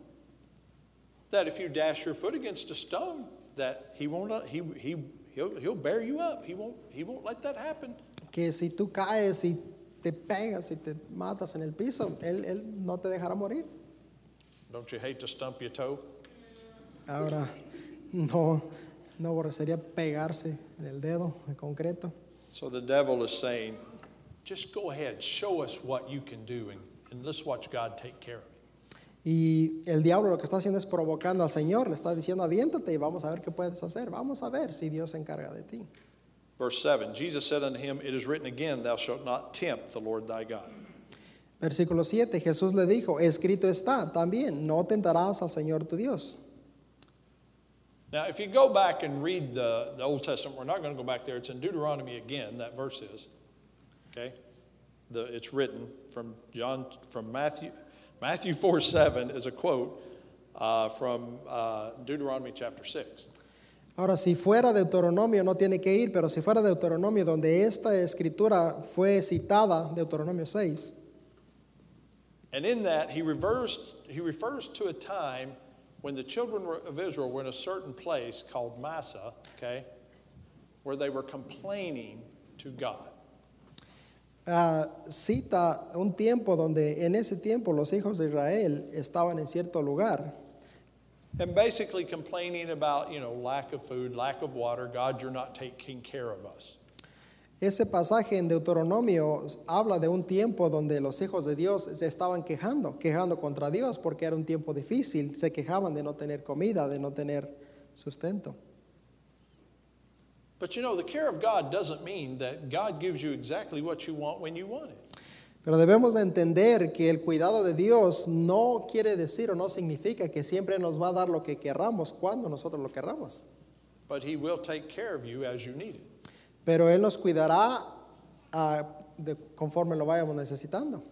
Speaker 2: that if you dash your foot against a stone, that he won't uh, he he he'll, he'll bear you up. He won't he won't let that happen.
Speaker 1: Que si tú caes y te pegas y te matas en el piso, Él, él no te dejará morir.
Speaker 2: Don't you hate to stump your toe?
Speaker 1: Ahora, no, no aborrecería pegarse en el dedo en concreto.
Speaker 2: So the devil is saying, just go ahead, show us what you can do, and, and let's watch God take care of it.
Speaker 1: Y el diablo lo que está haciendo es provocando al Señor, le está diciendo, aviéntate y vamos a ver qué puedes hacer, vamos a ver si Dios se encarga de ti.
Speaker 2: Verse seven. Jesus said unto him, It is written again, Thou shalt not tempt the Lord thy God.
Speaker 1: Versículo 7, Jesús le dijo, escrito está también, no tentarás al Señor tu Dios.
Speaker 2: Now, if you go back and read the, the Old Testament, we're not going to go back there. It's in Deuteronomy again, that verse is. Okay? The, it's written from John, from Matthew, Matthew 4 7 is a quote uh, from uh, Deuteronomy chapter 6.
Speaker 1: Ahora, si fuera Deuteronomio, no tiene que ir, pero si fuera Deuteronomio, donde esta escritura fue citada, Deuteronomio 6,
Speaker 2: And in that, he, reversed, he refers to a time when the children were- of Israel were in a certain place called Massa, okay, where they were complaining to God.
Speaker 1: ah, cita un tiempo donde en ese tiempo los hijos de Israel estaban en cierto lugar
Speaker 2: And basically complaining about, you know, lack of food, lack of water, God, you're not taking care of us.
Speaker 1: Ese pasaje en Deuteronomio habla de un tiempo donde los hijos de Dios se estaban quejando, quejando contra Dios porque era un tiempo difícil, se quejaban de no tener comida, de no tener sustento.
Speaker 2: But you know, the care of God doesn't mean that God gives you exactly what you want when you want it.
Speaker 1: Pero debemos de entender que el cuidado de Dios no quiere decir o no significa que siempre nos va a dar lo que querramos cuando nosotros lo querramos.
Speaker 2: But He will take care of you as you need it.
Speaker 1: Pero Él nos cuidará ah, de- conforme lo vayamos necesitando.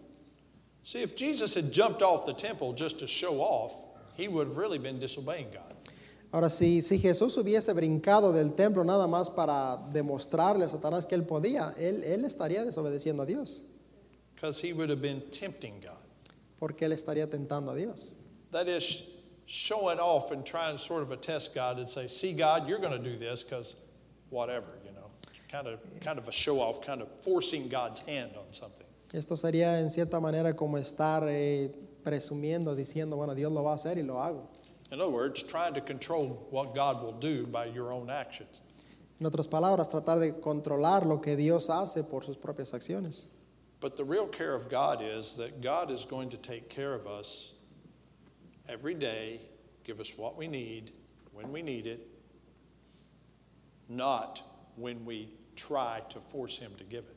Speaker 2: See, if Jesus had jumped off the temple just to show off, he would have really been disobeying God.
Speaker 1: Ahora, si, si Jesús hubiese brincado del templo nada más para demostrarle a Satanás que él podía, él, él estaría desobedeciendo a Dios,
Speaker 2: because he would have been tempting God.
Speaker 1: porque él estaría tentando a Dios.
Speaker 2: That is showing off and trying to sort of attest God and say, "See, God, you're going to do this because whatever," you know, kind of kind of a show off, kind of forcing God's hand on something.
Speaker 1: Esto sería en cierta manera como estar eh, presumiendo, diciendo, bueno, Dios lo va a hacer y lo hago.
Speaker 2: In other words, trying to control what God will do by your own actions.
Speaker 1: En otras palabras, tratar de controlar lo que Dios hace por sus propias acciones.
Speaker 2: But the real care of God is that God is going to take care of us every day, give us what we need when we need it, not when we try to force him to give it.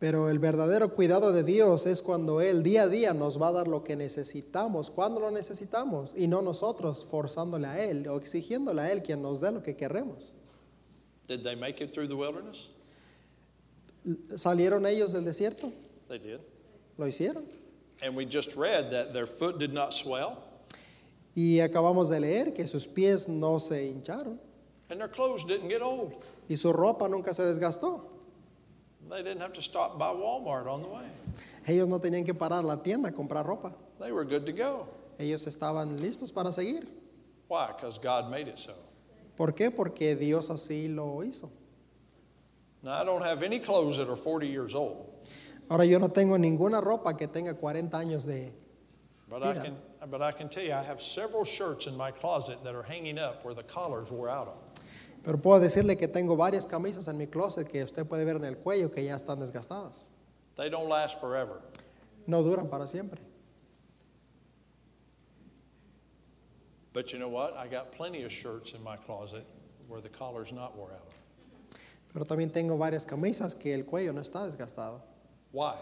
Speaker 1: Pero el verdadero cuidado de Dios es cuando Él día a día nos va a dar lo que necesitamos, cuando lo necesitamos, y no nosotros forzándole a Él o exigiéndole a Él quien nos dé lo que queremos.
Speaker 2: Did they make it through the wilderness?
Speaker 1: ¿Salieron ellos del desierto?
Speaker 2: They did.
Speaker 1: Lo hicieron.
Speaker 2: And we just read that their foot did not swell
Speaker 1: Y acabamos de leer que sus pies no se hincharon
Speaker 2: and their clothes didn't get old.
Speaker 1: y su ropa nunca se desgastó.
Speaker 2: They didn't have to stop by Walmart on the way.
Speaker 1: Ellos no tenían que parar la tienda a comprar ropa.
Speaker 2: They were good to go.
Speaker 1: Ellos estaban listos para seguir.
Speaker 2: Why? Because God made it so.
Speaker 1: ¿Por qué? Porque Dios así lo hizo.
Speaker 2: Now, I don't have any clothes that are 40 years old,
Speaker 1: Ahora yo no tengo ninguna ropa que tenga 40 años de,
Speaker 2: but I,
Speaker 1: Yeah.
Speaker 2: can, but I can tell you I have several shirts in my closet that are hanging up where the collars wore out on. them.
Speaker 1: Pero puedo decirle que tengo varias camisas en mi closet que usted puede ver en el cuello que ya están desgastadas.
Speaker 2: They don't last forever.
Speaker 1: No duran para siempre.
Speaker 2: But you know what? I got plenty of shirts in my closet where the collar's not wore out on.
Speaker 1: Pero también tengo varias camisas que el cuello no está desgastado.
Speaker 2: Why?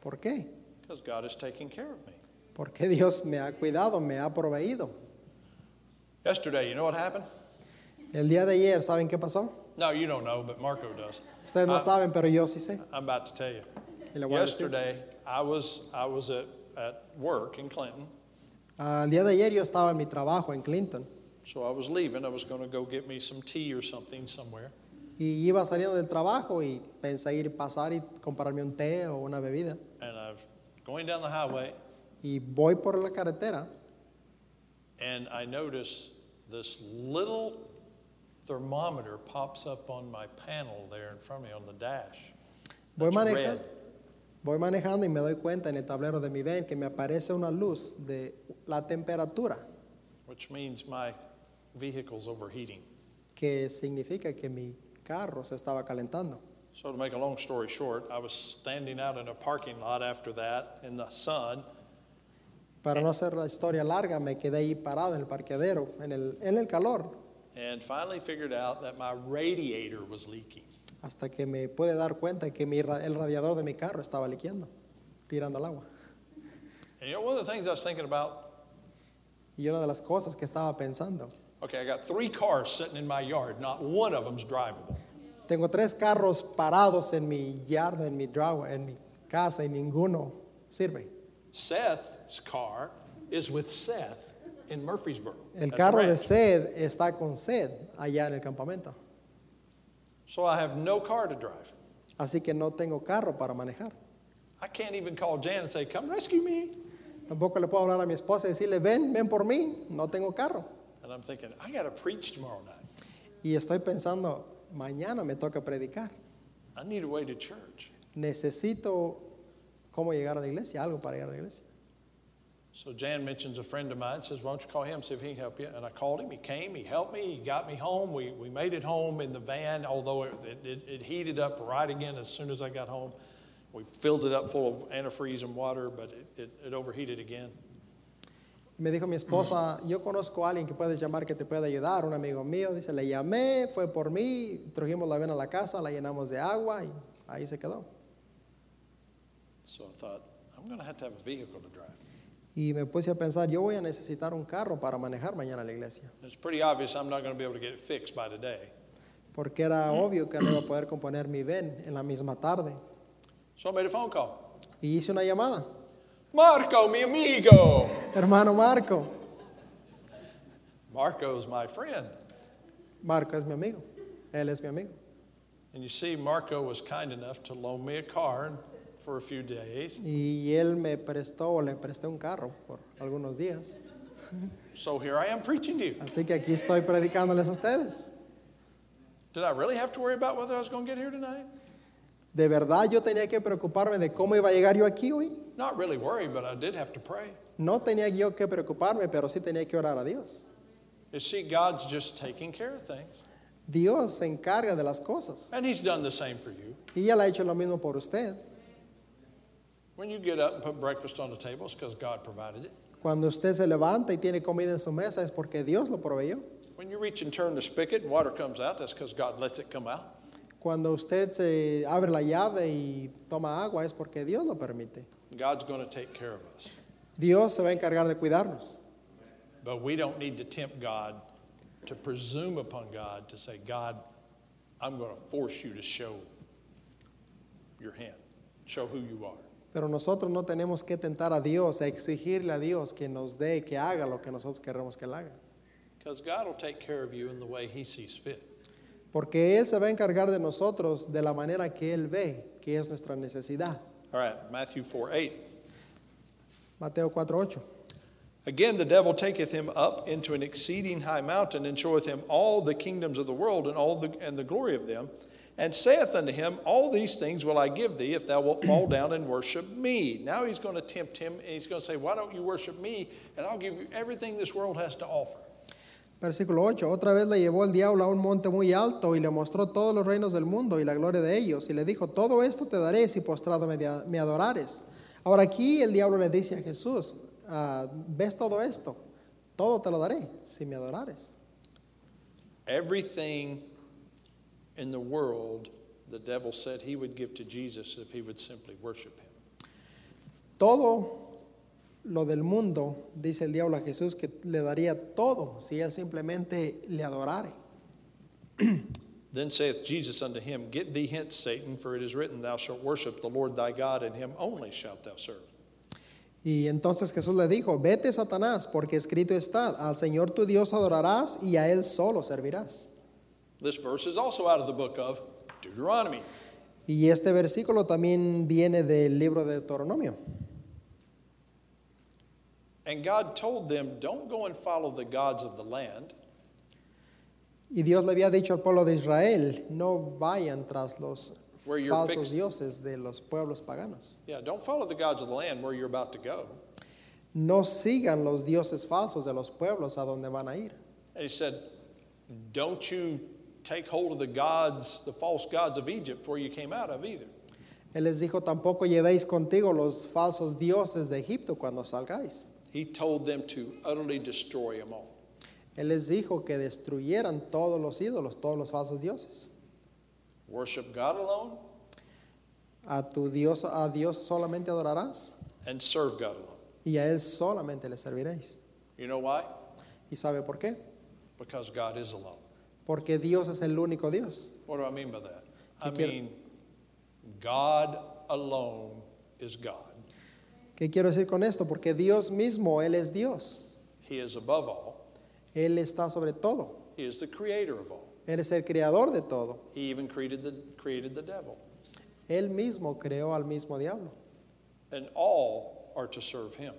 Speaker 1: ¿Por qué?
Speaker 2: Because God is taking care of me.
Speaker 1: Porque Dios me ha cuidado, me ha proveído.
Speaker 2: Yesterday, you know what happened?
Speaker 1: El día de ayer, ¿saben qué pasó?
Speaker 2: No, you don't know, but Marco does.
Speaker 1: Ustedes no
Speaker 2: Ah.
Speaker 1: saben, pero yo sí sé.
Speaker 2: I'm about to tell you.
Speaker 1: Y le voy a decir.
Speaker 2: Yesterday, I was I was at, at work in Clinton,
Speaker 1: Ah, el día de ayer yo estaba en mi trabajo en Clinton
Speaker 2: so I was leaving. I was going to go get me some tea or something somewhere,
Speaker 1: y iba saliendo del trabajo y pensé ir pasar y comprarme un té o una bebida.
Speaker 2: and I was going down the highway,
Speaker 1: Y voy por la carretera
Speaker 2: and I notice this little thermometer pops up on my panel there in front of me on the dash.
Speaker 1: Voy
Speaker 2: That's
Speaker 1: manejando,
Speaker 2: red.
Speaker 1: voy manejando y me doy cuenta en el tablero de mi ven que me aparece una luz de la temperatura,
Speaker 2: which means my vehicle's overheating.
Speaker 1: que significa que mi carro se estaba calentando.
Speaker 2: So, to make a long story short, I was standing out in a parking lot after that in the sun,
Speaker 1: Para no hacer la historia larga, me quedé ahí parado en el parqueadero, en el, en el calor,
Speaker 2: and finally figured out that my radiator was leaking.
Speaker 1: hasta que me pude dar cuenta que mi ra- el radiador de mi carro estaba liqueando, tirando el agua.
Speaker 2: And you know, one of the things I was thinking about
Speaker 1: Y una de las cosas que estaba pensando,
Speaker 2: okay, I got three cars sitting in my yard, not one of them's drivable.
Speaker 1: tengo tres carros parados en mi yarda, en mi driveway, en mi casa y ninguno sirve.
Speaker 2: Seth's car is with Seth, in Murfreesboro.
Speaker 1: El
Speaker 2: at the
Speaker 1: carro de
Speaker 2: ranch.
Speaker 1: sed está con sed allá en el campamento.
Speaker 2: So I have no car to drive.
Speaker 1: Así que no tengo carro para manejar.
Speaker 2: I can't even call Jan and say, Come rescue me.
Speaker 1: Tampoco le puedo hablar a mi esposa y decirle, ven, ven por mí, no tengo carro.
Speaker 2: And I'm thinking, I got to preach tomorrow night.
Speaker 1: Y estoy pensando, mañana me toca predicar.
Speaker 2: I need a way to church.
Speaker 1: Necesito cómo llegar a la iglesia, algo para llegar a la iglesia.
Speaker 2: So Jan mentions a friend of mine, says, Why don't you call him, see if he can help you? And I called him, he came, he helped me, he got me home. We, we made it home in the van, although it, it- it, it heated up right again as soon as I got home. We filled it up full of antifreeze and water, but it, it, it overheated again.
Speaker 1: Me dijo mi esposa, yo conozco a alguien que puedes llamar que te puede ayudar, un amigo mío. Dice, le llamé, fue por mí, trajimos la vena a la casa, la llenamos de agua y ahí se quedó.
Speaker 2: So I thought, I'm going to have to have a vehicle to drive.
Speaker 1: Y me puse a pensar, yo voy a necesitar un carro para manejar mañana a la iglesia,
Speaker 2: It's pretty obvious I'm not going to be able to get it fixed by today.
Speaker 1: porque era obvio que no iba a poder componer mi ven en la misma tarde.
Speaker 2: So I made a phone call.
Speaker 1: Y hice una llamada.
Speaker 2: Marco, mi amigo.
Speaker 1: Hermano Marco,
Speaker 2: Marco's my friend.
Speaker 1: Marco es mi amigo, él es mi amigo.
Speaker 2: And you see, Marco was kind enough to loan me a car for a few days.
Speaker 1: Y él me prestó o le presté un carro por algunos días.
Speaker 2: So here I am preaching to you.
Speaker 1: Así que aquí estoy predicándoles a ustedes.
Speaker 2: Did I really have to worry about whether I was going to get here tonight?
Speaker 1: ¿De verdad yo tenía que preocuparme de cómo iba a llegar yo aquí hoy?
Speaker 2: Not really worry, but I did have to pray.
Speaker 1: No tenía yo que preocuparme, pero sí tenía que orar a Dios.
Speaker 2: You see, God's just taking care of things.
Speaker 1: Dios se encarga de las cosas.
Speaker 2: And He's done the same for you.
Speaker 1: Y Él ha hecho lo mismo por usted.
Speaker 2: When you get up and put breakfast on the table, it's because God provided it.
Speaker 1: Cuando usted se levanta y tiene comida en su mesa es porque Dios lo proveyó.
Speaker 2: When you reach and turn the spigot and water comes out, that's because God lets it come out.
Speaker 1: Cuando usted se abre la llave y toma agua es porque Dios lo permite.
Speaker 2: God's going to take care of us.
Speaker 1: Dios se va a encargar de cuidarnos.
Speaker 2: But we don't need to tempt God to presume upon God to say, God, I'm going to force you to show your hand, show who you are.
Speaker 1: Pero nosotros no tenemos que tentar a Dios, a exigirle a Dios que nos dé, que haga lo que nosotros queremos que Él haga.
Speaker 2: Because God will take care of you in the way He sees fit.
Speaker 1: Porque Él se va a encargar de nosotros de la manera que Él ve, que es nuestra necesidad.
Speaker 2: All right, Matthew 4 8.
Speaker 1: Mateo 4:8.
Speaker 2: Again, the devil taketh him up into an exceeding high mountain, and showeth him all the kingdoms of the world and all the, and the glory of them, and saith unto him, All these things will I give thee if thou wilt fall down and worship me. Now he's going to tempt him, and he's going to say, Why don't you worship me? And I'll give you everything this world has to offer.
Speaker 1: Versículo 8. Otra vez le llevó el diablo a un monte muy alto y le mostró todos los reinos del mundo y la gloria de ellos. Y le dijo, todo esto te daré si postrado me, dia- me adorares. Ahora aquí el diablo le dice a Jesús, "Ah, ves todo esto, todo te lo daré si me adorares.
Speaker 2: Everything in the world the devil said he would give to Jesus if he would simply worship him.
Speaker 1: Todo lo del mundo, dice el diablo a Jesús, que le daría todo si él simplemente le adorare.
Speaker 2: Then saith Jesus unto him, Get thee hence, Satan, for it is written, Thou shalt worship the Lord thy God, and him only shalt thou serve.
Speaker 1: Y entonces Jesús le dijo, vete Satanás, porque escrito está, al Señor tu Dios adorarás y a Él solo servirás.
Speaker 2: This verse is also out of the book of Deuteronomy.
Speaker 1: Y este versículo también viene del libro de Deuteronomio.
Speaker 2: And God told them, Don't go and follow the gods of the land,
Speaker 1: Y Dios le había dicho al pueblo de Israel, no vayan tras los
Speaker 2: Where you're
Speaker 1: falsos
Speaker 2: fixed.
Speaker 1: dioses de los pueblos paganos.
Speaker 2: yeah, don't follow the gods of the land where you're about to go.
Speaker 1: No sigan los dioses falsos de los pueblos a donde van a ir.
Speaker 2: And he said, Don't you take hold of the gods, the false gods of Egypt where you came out of either.
Speaker 1: Él les dijo, tampoco llevéis contigo los falsos dioses de Egipto cuando salgáis.
Speaker 2: He told them to utterly destroy them all.
Speaker 1: Él les dijo que destruyeran todos los ídolos, todos los falsos dioses.
Speaker 2: Worship God alone
Speaker 1: A tu Dios, a Dios solamente adorarás
Speaker 2: and serve God alone.
Speaker 1: y a Él solamente le serviréis.
Speaker 2: You know why?
Speaker 1: ¿Y sabe por qué?
Speaker 2: Because God is alone.
Speaker 1: Porque Dios es el único Dios.
Speaker 2: What do I mean by that? I
Speaker 1: Que quiero-
Speaker 2: mean, God alone is God.
Speaker 1: ¿Qué quiero decir con esto? Porque Dios mismo, Él es Dios.
Speaker 2: He is above all,
Speaker 1: Él está sobre todo.
Speaker 2: He is the creator of all.
Speaker 1: Él es el creador de todo.
Speaker 2: He even created the, created the devil.
Speaker 1: Él mismo creó al mismo diablo.
Speaker 2: And all are to serve him.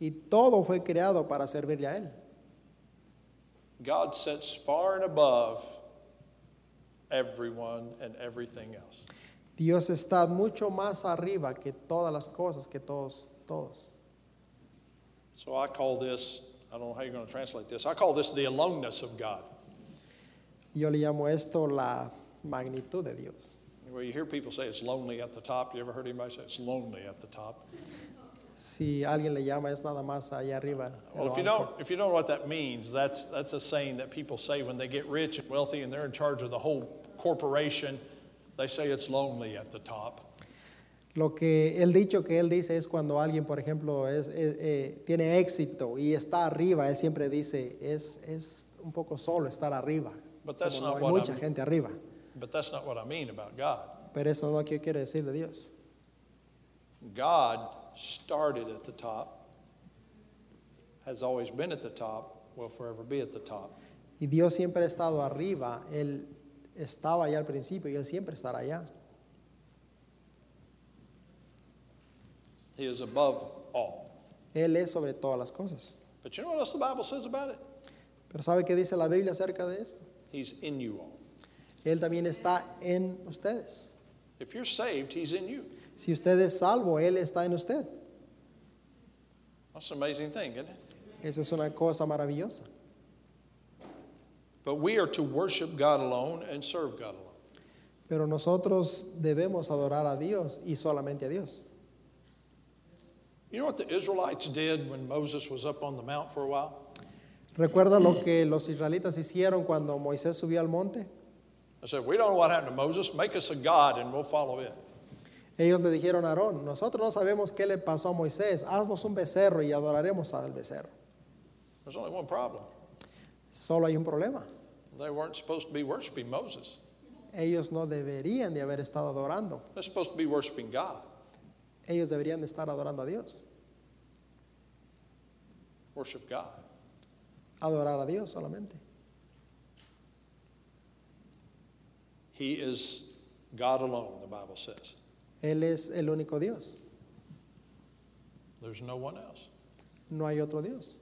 Speaker 1: Y todo fue creado para servirle a Él.
Speaker 2: God sits far and above everyone and everything else.
Speaker 1: Dios está mucho más arriba que todas las cosas, que todos, todos.
Speaker 2: So I call this, I don't know how you're going to translate this, I call this the aloneness of God.
Speaker 1: Yo le llamo esto la magnitud de Dios.
Speaker 2: Well, you hear people say it's lonely at the top. You ever heard anybody say it's lonely at the top?
Speaker 1: Si alguien le llama es nada más allá arriba. en
Speaker 2: Well,
Speaker 1: lo
Speaker 2: if you
Speaker 1: alto.
Speaker 2: don't if you don't know what that means, that's that's a saying that people say when they get rich and wealthy and they're in charge of the whole corporation. They say it's lonely at the top.
Speaker 1: Lo que el dicho que él dice es cuando alguien, por ejemplo, es, es- eh, tiene éxito y está arriba, él siempre dice, es, es un poco solo estar arriba.
Speaker 2: But that's
Speaker 1: como no
Speaker 2: not
Speaker 1: hay
Speaker 2: what
Speaker 1: mucha
Speaker 2: I'm-
Speaker 1: gente arriba.
Speaker 2: But that's not what I mean about God.
Speaker 1: Pero eso no es lo que yo quiero decir de Dios.
Speaker 2: God started at the top, has always been at the top, will forever be at the top.
Speaker 1: Y Dios siempre ha estado arriba, Él estaba allá al principio y Él siempre estará allá.
Speaker 2: He is above all.
Speaker 1: Él es sobre todas las cosas.
Speaker 2: But you know what else the Bible says about it?
Speaker 1: Pero ¿sabe qué dice la Biblia acerca de esto?
Speaker 2: He's in you all.
Speaker 1: Él también está en ustedes.
Speaker 2: If you're saved, He's in you.
Speaker 1: Si usted es salvo, Él está en usted.
Speaker 2: That's an amazing thing, isn't it?
Speaker 1: Eso es una cosa maravillosa.
Speaker 2: But we are to worship God alone and serve God alone.
Speaker 1: Pero nosotros debemos adorar a Dios y solamente a Dios.
Speaker 2: You know what the Israelites did when Moses was up on the mount for a while?
Speaker 1: ¿Recuerda lo que los israelitas hicieron cuando Moisés subió al monte?
Speaker 2: They said, We don't know what happened to Moses. Make us a God and we'll follow it.
Speaker 1: Ellos le dijeron a Aarón, nosotros no sabemos qué le pasó a Moisés, haznos un becerro y adoraremos al becerro.
Speaker 2: There's only one problem.
Speaker 1: Solo hay un problema.
Speaker 2: They weren't supposed to be worshiping Moses,
Speaker 1: Ellos no deberían de haber estado adorando.
Speaker 2: they're supposed to be worshiping God.
Speaker 1: Ellos deberían de estar adorando a Dios.
Speaker 2: Worship God.
Speaker 1: Adorar a Dios solamente.
Speaker 2: He is God alone, the Bible says.
Speaker 1: Él es el único Dios.
Speaker 2: There's no one else.
Speaker 1: No hay otro Dios.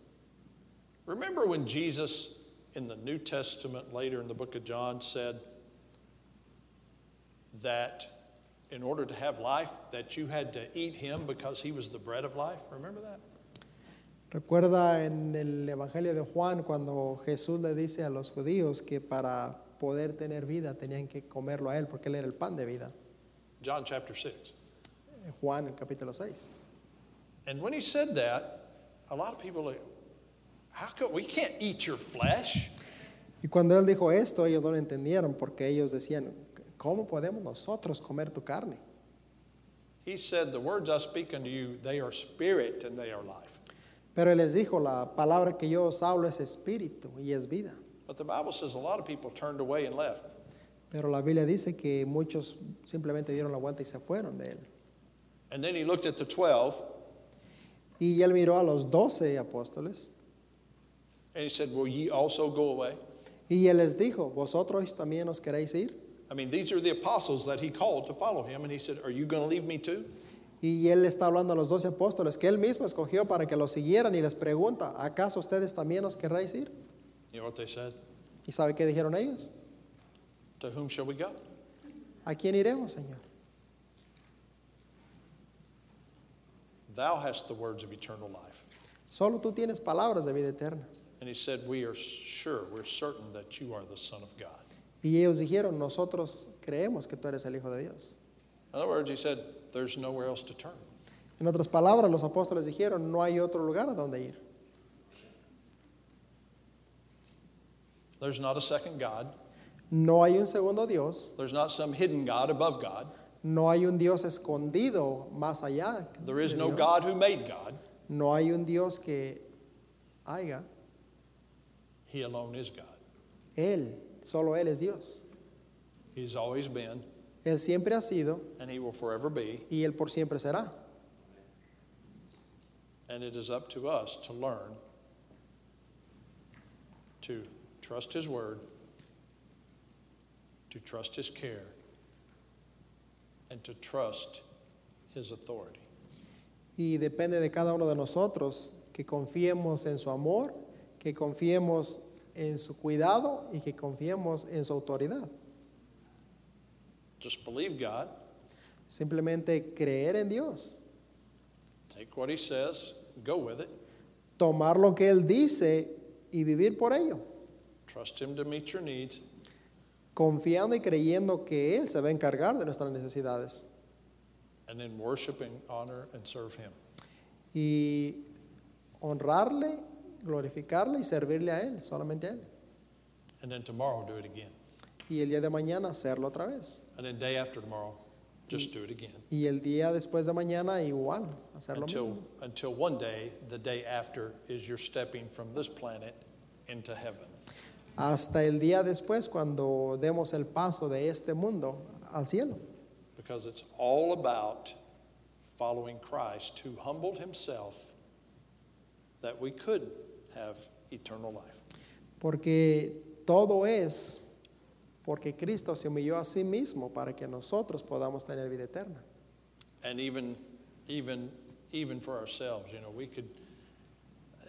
Speaker 2: Remember when Jesus in the New Testament, later in the book of John, said that in order to have life, that you had to eat him because he was the bread of life? Remember that?
Speaker 1: Recuerda en el Evangelio de Juan cuando Jesús le dice a los judíos que para poder tener vida tenían que comerlo a Él porque Él era el pan de vida.
Speaker 2: John chapter 6.
Speaker 1: En Juan, el capítulo 6.
Speaker 2: And when he said that, a lot of people like, how come we can't eat your flesh?
Speaker 1: Y cuando Él dijo esto, ellos no lo entendieron porque ellos decían, ¿cómo podemos nosotros comer tu carne?
Speaker 2: He said, The words I speak unto you, they are spirit and they are life.
Speaker 1: Pero Él les dijo, la palabra que yo os hablo es espíritu y es vida.
Speaker 2: But the Bible says a lot of people turned away and left.
Speaker 1: Pero la Biblia dice que muchos simplemente dieron la vuelta y se fueron de Él.
Speaker 2: And then he looked at the 12
Speaker 1: Y Él miró a los doce apóstoles
Speaker 2: and he said, Will ye also go away?
Speaker 1: y Él les dijo, ¿vosotros también os queréis ir?
Speaker 2: I mean, these are the apostles that he called to follow him. And he said, Are you going to leave me too?
Speaker 1: Y él está hablando a los doce apóstoles que él mismo escogió para que los siguieran y les pregunta, ¿acaso ustedes también os querráis ir?
Speaker 2: You know what they said?
Speaker 1: ¿Y sabe qué dijeron ellos?
Speaker 2: To whom shall we go?
Speaker 1: ¿A quién iremos, Señor?
Speaker 2: Thou hast the words of eternal life.
Speaker 1: Solo tú tienes palabras de vida eterna.
Speaker 2: And he said, We are sure, we're certain that you are the Son of God.
Speaker 1: Y ellos dijeron, nosotros creemos que tú eres el Hijo de Dios.
Speaker 2: In other words, he said, There's nowhere else to turn.
Speaker 1: En otras palabras, los apóstoles dijeron, no hay otro lugar a donde ir.
Speaker 2: There's not a second God.
Speaker 1: No hay un segundo Dios,
Speaker 2: There's not some hidden God above God.
Speaker 1: no hay un Dios escondido más allá. de
Speaker 2: There is no
Speaker 1: Dios.
Speaker 2: God who made God.
Speaker 1: No hay un Dios que haya.
Speaker 2: He alone is God.
Speaker 1: Él, solo Él es Dios.
Speaker 2: He's always been,
Speaker 1: Él siempre ha sido
Speaker 2: and he will forever be.
Speaker 1: y Él por siempre será.
Speaker 2: And it is up to us to learn to trust His word, to trust His care, and to trust His authority.
Speaker 1: Y depende de cada uno de nosotros que confiemos en su amor, que confiemos en su cuidado y que confiemos en su autoridad.
Speaker 2: Just believe God,
Speaker 1: Simplemente creer en Dios,
Speaker 2: take what He says, go with it,
Speaker 1: tomar lo que Él dice y vivir por ello,
Speaker 2: trust Him to meet your needs,
Speaker 1: confiando y creyendo que Él se va a encargar de nuestras necesidades
Speaker 2: and then worship and honor and serve Him.
Speaker 1: y honrarle, glorificarle y servirle a Él, solamente a Él.
Speaker 2: And then tomorrow, do it again.
Speaker 1: Y el día de mañana hacerlo otra vez.
Speaker 2: And then day after tomorrow, just do it again.
Speaker 1: Y el día después de mañana igual, hacerlo
Speaker 2: Until, until one day, the day after, is you're stepping from this planet into heaven.
Speaker 1: hasta el día después cuando demos el paso de este mundo al cielo.
Speaker 2: Because it's all about following Christ who humbled himself that we could have eternal life.
Speaker 1: Porque todo es porque Cristo se humilló a sí mismo para que nosotros podamos tener vida eterna.
Speaker 2: And even, even, even for ourselves, you know, we could. uh,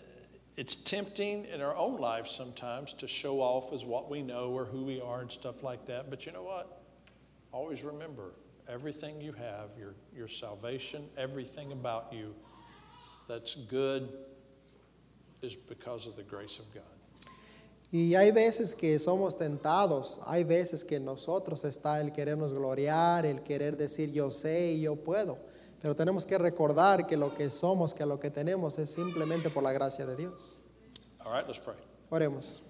Speaker 2: It's tempting in our own lives sometimes to show off as what we know or who we are and stuff like that. But you know what? Always remember everything you have, your, your salvation, everything about you that's good is because of the grace of God.
Speaker 1: Y hay veces que somos tentados, hay veces que en nosotros está el querernos gloriar, el querer decir yo sé y yo puedo. Pero tenemos que recordar que lo que somos, que lo que tenemos es simplemente por la gracia de Dios.
Speaker 2: All right, let's pray.
Speaker 1: Oremos.